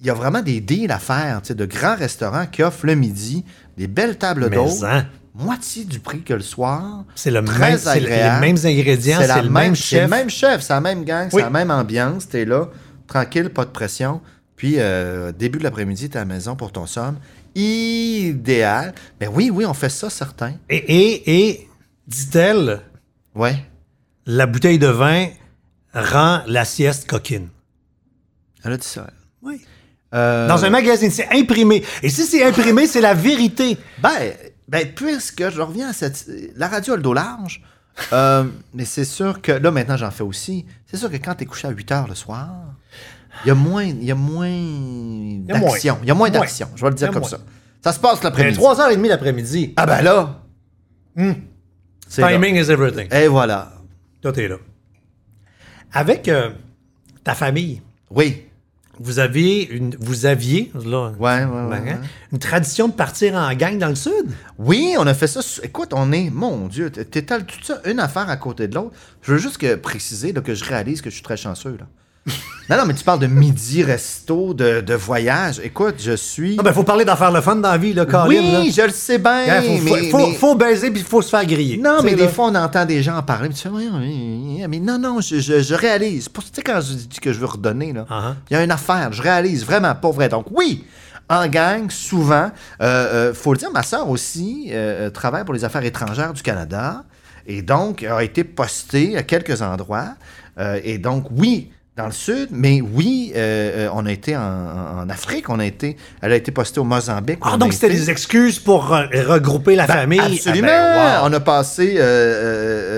S3: il y a vraiment des deals à faire, tu sais, de grands restaurants qui offrent le midi, des belles tables
S1: Mais
S3: d'eau,
S1: en.
S3: moitié du prix que le soir.
S1: C'est le
S3: Très
S1: même, c'est les
S3: agréable.
S1: mêmes ingrédients, c'est
S3: la
S1: le
S3: même-
S1: même
S3: c'est
S1: chef.
S3: le même chef, c'est la même gang, c'est
S1: Oui.
S3: la même ambiance. T'es là, tranquille, pas de pression. Puis, euh, début de l'après-midi, t'es à la maison pour ton somme. Idéal. Mais oui, oui, on fait ça, certain.
S1: Et, et, et dit-elle,
S3: Ouais.
S1: la bouteille de vin rend la sieste coquine.
S3: Elle a dit ça.
S1: Oui.
S3: Euh,
S1: Dans un magazine, c'est imprimé. Et si c'est imprimé, c'est la vérité.
S3: Ben, ben, puisque je reviens à cette. La radio a le dos large. euh, *laughs* mais c'est sûr que. Là, maintenant, j'en fais aussi. C'est sûr que quand t'es couché à 8 heures le soir, il y a moins. Il y a moins
S1: y a moins.
S3: d'action. Il y a moins
S1: Moins.
S3: d'action. Je vais le
S1: Il y
S3: dire
S1: a
S3: comme
S1: moins.
S3: ça. Ça se passe
S1: Mais
S3: l'après-midi.
S1: 3h30 l'après-midi.
S3: Ah ben là! C'est là.
S1: Hmm. Timing is everything.
S3: Et voilà.
S1: Toi, t'es là. Avec euh, ta famille,
S3: Oui.
S1: vous aviez une, vous aviez, là,
S3: Ouais, ouais, ouais,
S1: hein,
S3: ouais.
S1: une tradition de partir en gang dans le sud.
S3: Oui, on a fait ça. su- Écoute, on est. Mon Dieu, t- t'étales tout ça, une affaire à côté de l'autre. Je veux juste que, préciser là, que je réalise que je suis très chanceux.
S1: *laughs*
S3: Là. non, non, mais tu parles de midi, resto, de, de voyage. Écoute, je suis.
S1: Non, ben, faut parler d'en faire le fun dans la vie, là, Caroline.
S3: oui,
S1: là.
S3: je le sais bien.
S1: Hein, faut, faut-
S3: mais-
S1: faut-
S3: mais-
S1: faut baiser puis faut se faire griller.
S3: Non,
S1: Tu sais,
S3: mais des
S1: là.
S3: fois, on entend des gens en parler. Mais tu fais, Ouais, ouais, ouais, mais non, non, je, je- je réalise. Pour- Tu sais, quand je dis que je veux redonner, là, il
S1: Ah, ah.
S3: y a une affaire. Je réalise vraiment, pas vrai. Donc, oui, en gang, souvent, euh, euh, faut le dire, ma soeur aussi euh, euh, travaille pour les affaires étrangères du Canada et donc a été postée à quelques endroits. Euh, et donc, oui. Dans le sud, mais oui, euh, euh, on a été en, en Afrique, on a été, elle a été postée au Mozambique. on
S1: Ah,
S3: a
S1: donc c'était
S3: été-
S1: des excuses pour re- regrouper la famille.
S3: Absolument.
S1: Ah ben, wow.
S3: On a passé euh, euh,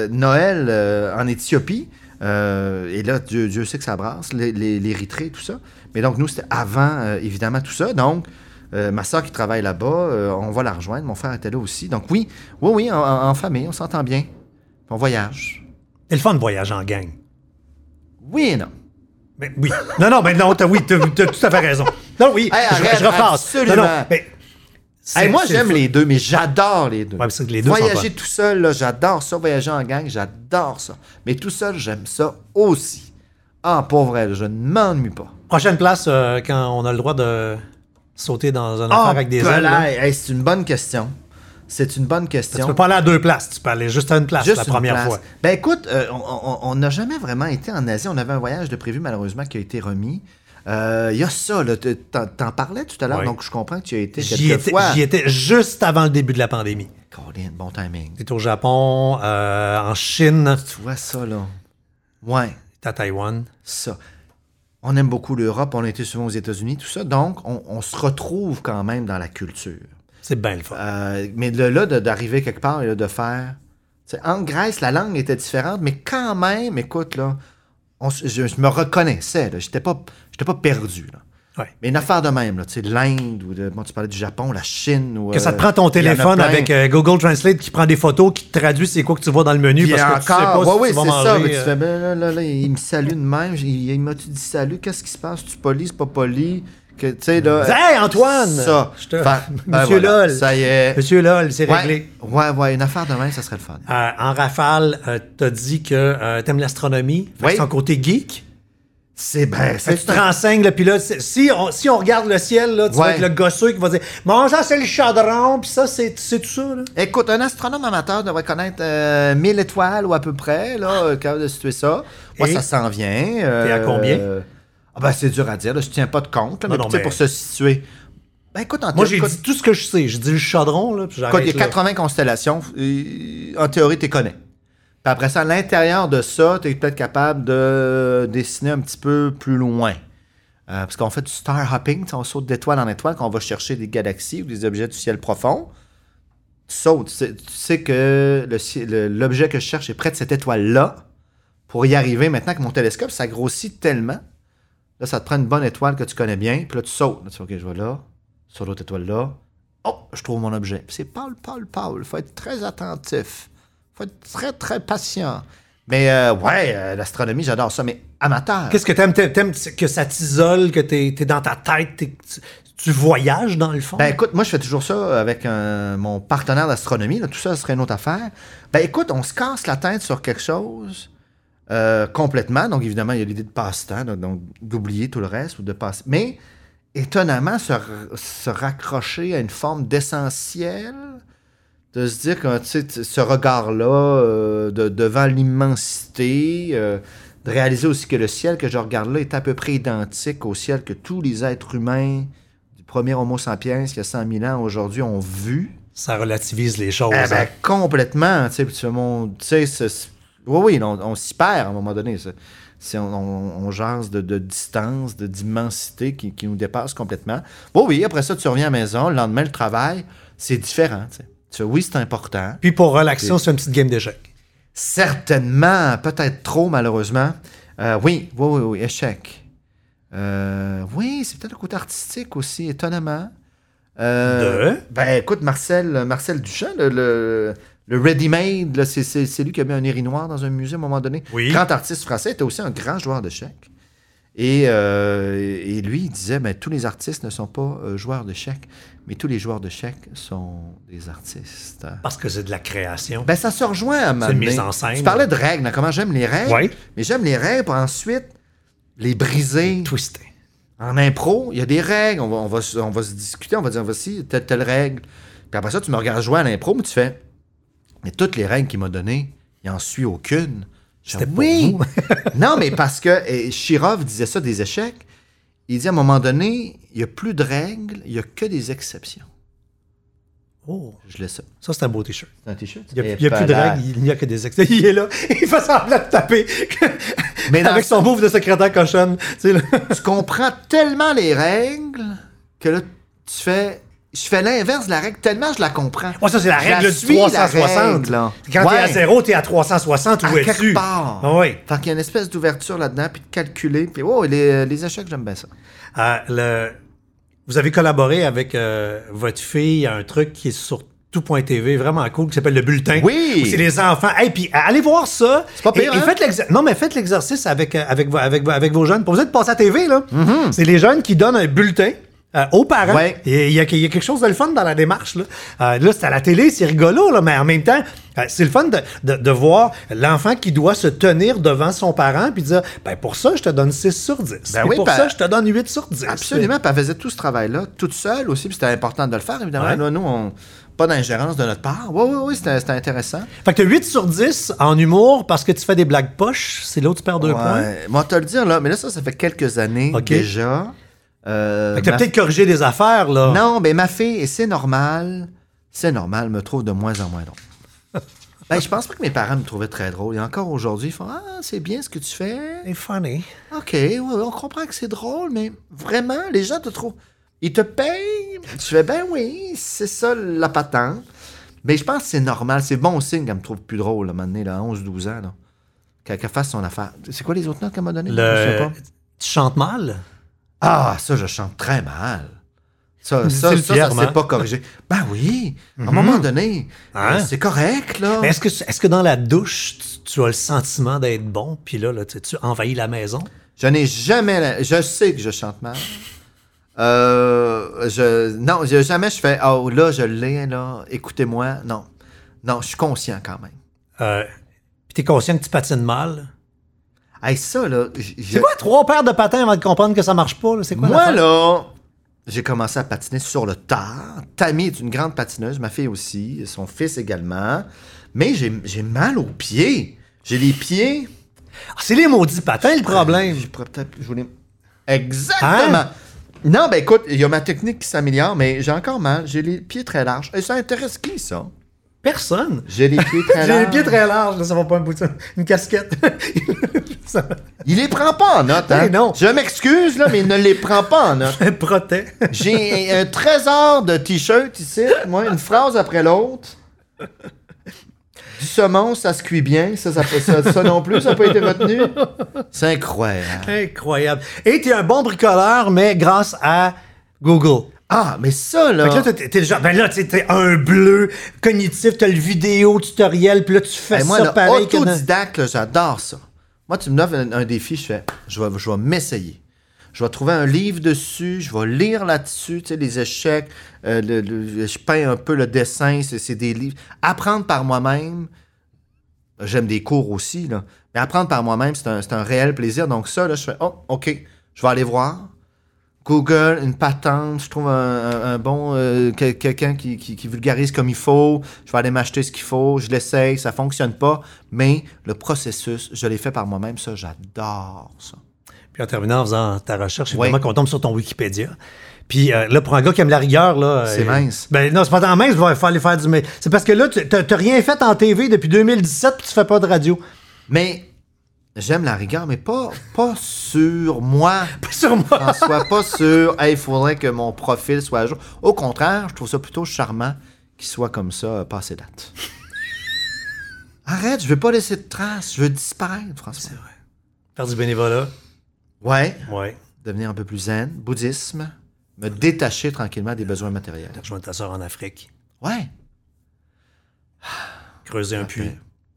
S3: euh, Noël euh, en Éthiopie. euh, et là, Dieu, Dieu sait que ça brasse, les- les- l'Érythrée, tout ça. Mais donc, nous, c'était avant, euh, évidemment, tout ça. Donc, Euh, ma soeur qui travaille là-bas, euh, on va la rejoindre. Mon frère était là aussi. Donc oui, oui, oui, en, en famille, on s'entend bien. On voyage.
S1: C'est le fun de voyager en gang.
S3: Oui et non.
S1: Mais oui. Non, non, mais non, t'as, oui, t'as, t'as tout à fait raison. Non, oui,
S3: Hey,
S1: je-
S3: arrête,
S1: je, repasse.
S3: absolument.
S1: Non, non, mais c'est-
S3: Hey, moi,
S1: c'est
S3: j'aime
S1: le fun.
S3: les deux, mais j'adore les deux.
S1: Ouais, parce que les deux sont
S3: voyager
S1: bonnes.
S3: tout seul, là, j'adore ça. Voyager en gang, j'adore ça. Mais tout seul, j'aime ça aussi. Ah, pour vrai, là, je ne m'ennuie pas.
S1: Prochaine place, euh, quand on a le droit de sauter dans un affaire
S3: Ah,
S1: avec des
S3: ben
S1: ailes. là.
S3: là, hey, c'est une bonne question. C'est une bonne question.
S1: Tu peux pas aller à deux places, tu peux aller juste à une place la
S3: une
S1: première
S3: place.
S1: fois.
S3: Ben écoute, euh, on- on on n'a jamais vraiment été en Asie. On avait un voyage de prévu, malheureusement, qui a été remis. Euh, Il y a ça, là, te- t'en t'en parlais tout à l'heure,
S1: Oui.
S3: donc je comprends que tu y as été
S1: J'y
S3: quelques
S1: étais,
S3: fois.
S1: j'y étais juste avant le début de la pandémie.
S3: Colin, bon timing.
S1: J'étais au Japon, euh, en Chine,
S3: Tu vois ça, là? Ouais,
S1: j'étais à Taïwan.
S3: ça. On aime beaucoup l'Europe, on a été souvent aux États-Unis, tout ça. Donc, on, on se retrouve quand même dans la culture.
S1: C'est bien le fun.
S3: Euh, mais de là, de- d'arriver quelque part et là, de faire. tu sais, en Grèce, la langue était différente, mais quand même, écoute, là, on s- je, je me reconnaissais. Je n'étais pas, j'étais pas perdu. Là.
S1: Ouais.
S3: Mais une affaire de même, là, tu sais, l'Inde, ou de- bon, tu parlais du Japon, la Chine. Ou,
S1: Que ça te
S3: euh,
S1: prend ton
S3: il y en a
S1: téléphone
S3: plein.
S1: avec euh, Google Translate qui prend des photos, qui te traduit c'est quoi que tu vois dans le menu
S3: Puis
S1: parce que tu sais pas
S3: ouais,
S1: si
S3: ouais,
S1: tu vas
S3: c'est ça.
S1: manger.
S3: mais tu
S1: euh,
S3: fais, ben, là, là, là, il me salue de même. j'ai- Il, il m'a-tu dit salut? Qu'est-ce qui se passe? Tu poli, c'est pas poli? Que, tu sais, là.
S1: Hey, Antoine!
S3: Ça.
S1: Je te- *laughs*
S3: Fait- ben,
S1: Monsieur
S3: voilà,
S1: Lol.
S3: Ça y est.
S1: Monsieur LOL, c'est
S3: Ouais,
S1: réglé.
S3: Ouais, ouais, une affaire de même, ça serait le fun.
S1: Euh, en rafale, euh, t'as dit que euh, t'aimes l'astronomie. Fait que
S3: Oui.
S1: Son côté geek.
S3: C'est
S1: Fait
S3: ben, c'est
S1: que tu te renseignes, là, puis là, c'est- si on, si on regarde le ciel, là, tu vois
S3: Ouais.
S1: que le gosseux qui va dire Mon ça, c'est le chadron, puis ça, c'est c'est tout ça. Là.
S3: Écoute, un astronome amateur devrait connaître euh, 1000 étoiles ou à peu près, là, euh, capable de situer ça. Moi,
S1: Ah! Et?
S3: ça s'en vient. euh,
S1: T'es à combien?
S3: euh, ah ben, c'est dur à dire, là, je tiens pas de compte, là,
S1: Non,
S3: mais
S1: non,
S3: tu sais,
S1: mais-
S3: pour se situer. Ben, écoute, en
S1: Moi,
S3: théorie,
S1: j'ai
S3: écoute,
S1: dit tout ce que je sais. J'ai dit le chadron, là, puis
S3: écoute,
S1: j'arrête.
S3: il y a
S1: là.
S3: 80 constellations, euh, en théorie, tu connais. Puis après ça, à l'intérieur de ça, tu es peut-être capable de dessiner un petit peu plus loin. Euh, parce qu'on fait du star hopping, tu sais, on saute d'étoile en étoile quand on va chercher des galaxies ou des objets du ciel profond. Tu sautes, tu sais, tu sais que le ci- le- l'objet que je cherche est près de cette étoile-là. Pour y arriver, maintenant que mon télescope, ça grossit tellement. Là, ça te prend une bonne étoile que tu connais bien, puis là, tu sautes. Là, tu fais, OK, je vais là, sur l'autre étoile-là. Oh, je trouve mon objet. Puis C'est pâle, pâle, pâle. Faut être très attentif. Faut être très, très patient. Mais euh, ouais, euh, l'astronomie, j'adore ça, mais amateur.
S1: Qu'est-ce que t'aimes T'aimes- T'aimes que ça t'isole, que t'es es dans ta tête, t'es- tu, tu voyages dans le fond
S3: Ben écoute, moi je fais toujours ça avec euh, mon partenaire d'astronomie, là, tout ça ce serait une autre affaire. Ben écoute, on se casse la tête sur quelque chose euh, complètement, donc évidemment il y a l'idée de passe-temps, donc- donc d'oublier tout le reste ou de passer. Mais étonnamment, se, r- se raccrocher à une forme d'essentiel, de se dire que tu sais, t- ce regard-là euh, de- devant l'immensité, euh, de réaliser aussi que le ciel que je regarde là est à peu près identique au ciel que tous les êtres humains du premier Homo sapiens il y a 100 000 ans aujourd'hui ont vu.
S1: Ça relativise les choses.
S3: Eh ben,
S1: hein.
S3: complètement. Tu sais, puis tu fais mon- tu sais, c'est- c'est- oui, oui, on, on s'y perd à un moment donné. c'est- c'est- on, on- on jase de, de distance, de d'immensité qui, qui nous dépasse complètement. Bon, oui, après ça, tu reviens à la maison, le lendemain, le travail, c'est différent. Tu sais. Tu fais, oui, c'est important.
S1: Puis pour relaxer, on se fait une petite game d'échecs.
S3: Certainement, peut-être trop malheureusement. Euh, oui, oui, oui, oui, échec. Euh, oui, c'est peut-être le côté artistique aussi, étonnamment. Euh,
S1: De?
S3: Ben écoute, Marcel, Marcel Duchamp, le, le, le ready-made, là, c'est, c'est- c'est lui qui a mis un érinoir dans un musée à un moment donné.
S1: Oui.
S3: Grand artiste français, était aussi un grand joueur d'échecs. Et, euh, et lui, il disait, ben, tous les artistes ne sont pas euh, joueurs d'échecs, mais tous les joueurs d'échecs sont des artistes.
S1: Parce que c'est de la création.
S3: Ben, ça se rejoint à un moment
S1: C'est une
S3: donné.
S1: mise en scène.
S3: Tu parlais de règles, hein, comment j'aime les règles.
S1: Ouais.
S3: Mais j'aime les règles pour ensuite les briser.
S1: Twisté.
S3: En impro, il y a des règles. On va, on va, se- on va se discuter, on va dire voici telle, telle règle. Puis après ça, tu me regardes jouer à l'impro, mais tu fais Mais toutes les règles qu'il m'a données, il n'en suit aucune. Je
S1: C'était
S3: fais,
S1: pour
S3: oui.
S1: vous.
S3: *laughs* non, mais parce que eh, Shirov disait ça des échecs. Il dit à un moment donné, il n'y a plus de règles, il n'y a que des exceptions.
S1: Oh,
S3: Je laisse ça.
S1: ça, c'est un beau t-shirt.
S3: C'est un t-shirt.
S1: Il n'y a, il y a plus de règles, il n'y a que des excès. *laughs* Il est là, il fait semblant de taper
S3: Mais
S1: *laughs*
S3: dans
S1: avec son bouffe de secrétaire cochonne. Tu sais, là.
S3: tu comprends tellement les règles que là, tu fais. Je fais l'inverse de la règle tellement je la comprends.
S1: Ouais, ça, c'est la
S3: Je
S1: règle du
S3: suis, la
S1: 360.
S3: règle, là.
S1: Quand t'es
S3: Ouais.
S1: à zéro, t'es à 360, où
S3: À quelque
S1: es-tu?
S3: part.
S1: Ah oui.
S3: Fait qu'il y a une espèce euh, d'ouverture là-dedans, puis de calculer. Puis, oh, les, les échecs, j'aime bien ça.
S1: Euh, Ah, le... Vous avez collaboré avec euh, votre fille à un truc qui est sur tout.tv, vraiment cool, qui s'appelle Le Bulletin.
S3: Oui.
S1: Où C'est les enfants. Et puis, allez voir ça.
S3: C'est pas pire,
S1: Et, et
S3: hein?
S1: faites l'exer- Non, mais faites l'exercice avec, euh, avec, vo- avec, vo- avec vos jeunes. Pour vous êtes passé à TV, là. C'est les jeunes qui donnent un bulletin. euh, aux parents.
S3: Mm-hmm. Ouais.
S1: Et Il y, a, il y a quelque chose de le fun dans la démarche. Là, Euh, là c'est à la télé, c'est rigolo, là, mais en même temps, euh, c'est le fun de, de, de voir l'enfant qui doit se tenir devant son parent puis dire ben, Pour ça, je te donne 6 sur 10.
S3: Ben
S1: Et
S3: oui,
S1: pour
S3: ben-
S1: ça, je te donne 8 sur 10.
S3: Absolument, puis elle faisait tout ce travail-là, toute seule aussi, puis c'était important de le faire, évidemment.
S1: Ouais.
S3: Là, nous, on- pas d'ingérence de notre part. Oui, oui, oui, c'était c'était intéressant.
S1: Fait que t'as 8 sur 10 en humour parce que tu fais des blagues poches, c'est l'autre tu perds deux
S3: Ouais. euh,
S1: points.
S3: Moi, te le dire, là, mais là, ça, ça fait quelques années
S1: Ok.
S3: déjà. Euh,
S1: Fait que t'as
S3: ma-
S1: peut-être corrigé des affaires, là.
S3: Non, mais ma fille, et c'est normal, c'est normal, me trouve de moins en moins drôle. ben, je pense pas que mes parents me trouvaient très drôle. Et encore aujourd'hui, ils font Ah, c'est bien ce que tu fais.
S1: C'est funny.
S3: OK, ouais, on comprend que c'est drôle, mais vraiment, les gens te trouvent. Ils te payent. Tu fais, ben oui, c'est ça la patente. Mais je pense que c'est normal. C'est bon signe qu'elle me trouve plus drôle, là, maintenant, là, 11-12 ans, là. Qu'elle qu'elle fasse son affaire. C'est quoi les autres notes qu'elle m'a donné? Je sais
S1: Le...
S3: pas.
S1: Tu chantes mal?
S3: Ah, ça, je chante très mal. Ça, ça,
S1: Dis-le
S3: ça, ça,
S1: fièrement.
S3: c'est pas corrigé. Ben oui, à un moment donné,
S1: Mhm. Hein?
S3: euh, c'est correct, là.
S1: Mais Est-ce que, est que dans la douche, tu, tu as le sentiment d'être bon, puis là, là tu, tu envahis la maison?
S3: Je n'ai jamais... la- Je sais que je chante mal. Euh, je... Non, je- jamais je fais, oh, là, je l'ai, là, écoutez-moi. Non, non, je suis conscient quand même.
S1: Euh, puis t'es conscient que tu patines mal?
S3: Hey, ça, là... j- je-
S1: C'est quoi, trois paires de patins avant de comprendre que ça marche pas? là? C'est quoi
S3: Moi,
S1: l'affaire?
S3: là, j'ai commencé à patiner sur le tard. Tammy est une grande patineuse, ma fille aussi, son fils également. Mais j'ai j'ai mal aux pieds. J'ai les pieds...
S1: Ah, c'est les maudits patins, le problème. Hein?
S3: Je pourrais peut-être. Je voulais. Exactement! Non, ben écoute, il y a ma technique qui s'améliore, mais j'ai encore mal. J'ai les pieds très larges. Et ça intéresse qui, ça?
S1: Personne.
S3: J'ai
S1: *laughs*
S3: les pieds très larges.
S1: J'ai les pieds très larges, là, ça va pas un bout de... Une casquette. *laughs* ça...
S3: Il les prend pas en note, hein?
S1: Eh non.
S3: Je m'excuse, là, mais il ne les prend pas en note.
S1: Protège.
S3: J'ai un trésor de t-shirts ici, moi, une phrase après l'autre. Du saumon, ça se cuit bien. Ça, ça, peut- ça, ça non plus, ça n'a pas été retenu. C'est incroyable.
S1: Incroyable. Et t'es un bon bricoleur, mais grâce à Google.
S3: Ah, mais ça,
S1: Fait
S3: là.
S1: que là, t'es- t'es, t'es le genre, ben là, t'es, t'es un bleu cognitif, t'as le vidéo tutoriel, puis là, tu fais
S3: Ben, moi,
S1: ça
S3: là,
S1: pareil que dans-
S3: autodidacte, là, j'adore ça. Moi, tu me donnes un, un défi, je fais, je vais, je vais m'essayer. Je vais trouver un livre dessus, je vais lire là-dessus, tu sais, les échecs, euh, le- le- je peins un peu le dessin, c'est, c'est des livres. Apprendre par moi-même, j'aime des cours aussi, là, mais apprendre par moi-même, c'est un, c'est un réel plaisir. Donc ça, là, je fais, oh, OK, je vais aller voir. Google, une patente, je trouve un, un- un bon euh, quel- quelqu'un qui, qui- qui vulgarise comme il faut, je vais aller m'acheter ce qu'il faut, je l'essaye, ça fonctionne pas, mais le processus, je l'ai fait par moi-même, ça j'adore ça.
S1: Puis en terminant en faisant ta recherche,
S3: Ouais.
S1: évidemment qu'on tombe sur ton Wikipédia. Puis euh, là, pour un gars qui aime la rigueur, là.
S3: C'est
S1: euh,
S3: mince.
S1: Ben non, c'est pas tant mince, il va falloir faire du. Mais c'est parce que là, tu- t'as, t'as rien fait en TV depuis 2017, puis tu fais pas de radio. *laughs*
S3: Mais j'aime la rigueur, mais pas pas sur moi,
S1: Pas sur moi.
S3: François, pas sur. Il faudrait que mon profil soit à jour. Au contraire, je trouve ça plutôt charmant qu'il soit comme ça, euh, passé date. Arrête, je veux pas laisser de traces, je veux disparaître, François.
S1: Faire du bénévolat.
S3: Ouais.
S1: Ouais.
S3: devenir un peu plus zen, bouddhisme, me détacher tranquillement des besoins matériels.
S1: Rejoindre ta soeur en Afrique.
S3: Ouais.
S1: Creuser un puits.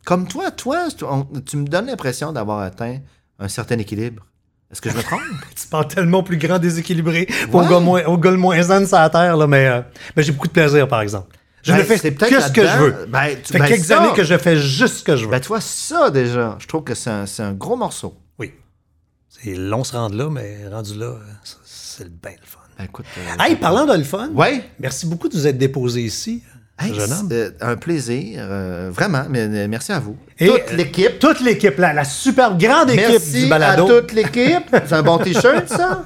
S3: Comme toi, toi, tu- on- tu me donnes l'impression d'avoir atteint un certain équilibre. Est-ce que je me trompe?
S1: Tu parles tellement plus grand déséquilibré pour au
S3: Ouais.
S1: gars moins, au gars le moins zen sur la terre, là, mais, euh, mais j'ai beaucoup de plaisir, par exemple. *laughs* Je
S3: Ben,
S1: ne fais
S3: c'est
S1: que
S3: peut-être
S1: ce que je
S3: là-dedans.
S1: veux.
S3: Ben, tu-
S1: Ça fait
S3: ben,
S1: quelques
S3: ça.
S1: années que je fais juste ce que je veux.
S3: ben, toi, ça déjà, je trouve que c'est un, c'est un gros morceau.
S1: oui. C'est long se rendre là, mais rendu là, euh, ça, c'est le ben le fun.
S3: Ben, écoute. euh,
S1: Hey, parlant de le fun,
S3: Ouais.
S1: merci beaucoup de vous être déposé ici,
S3: Hey,
S1: jeune homme.
S3: c'est, euh, un plaisir, euh, vraiment. Mais, mais merci à vous.
S1: Et,
S3: toute
S1: euh,
S3: l'équipe.
S1: Toute l'équipe, la, la superbe grande équipe du
S3: Merci à
S1: balado.
S3: toute l'équipe. C'est un bon t-shirt, ça?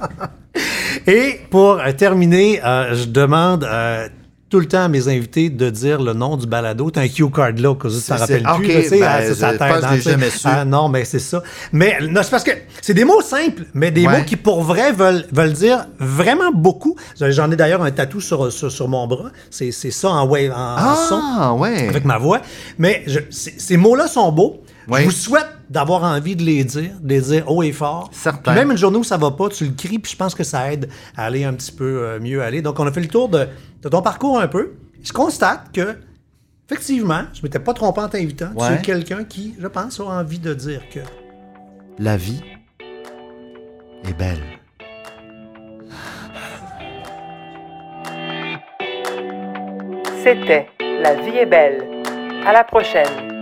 S1: Et pour euh, terminer, euh, je demande euh, tout le temps à mes invités de dire le nom du balado. T'as un cue card là, que ça ne
S3: C'est-
S1: rappelle
S3: c'est-
S1: plus.
S3: ok,
S1: là, tu sais,
S3: ben,
S1: ah, c'est sa
S3: je
S1: tête,
S3: pense que je l'ai
S1: tu sais.
S3: jamais su.
S1: Ah non, mais c'est ça. Mais non, c'est parce que c'est des mots simples, mais des
S3: Ouais.
S1: mots qui pour vrai veulent, veulent dire vraiment beaucoup. J'en ai d'ailleurs un tatou sur, sur, sur mon bras. C'est c'est ça *laughs* en, wave, en, en son
S3: Ah, ouais.
S1: avec ma voix. Mais je- c- ces mots-là sont beaux.
S3: Oui.
S1: Je vous souhaite d'avoir envie de les dire, de les dire haut et fort.
S3: Certain.
S1: Puis Même une journée où ça va pas, tu le cries, puis je pense que ça aide à aller un petit peu euh, mieux aller. Donc, on a fait le tour de, de ton parcours un peu. Je constate que, effectivement, je m'étais pas trompé en t'invitant. Tu
S3: Ouais.
S1: es quelqu'un qui, je pense, a envie de dire que...
S3: La vie est belle.
S2: C'était La vie est belle. À la prochaine.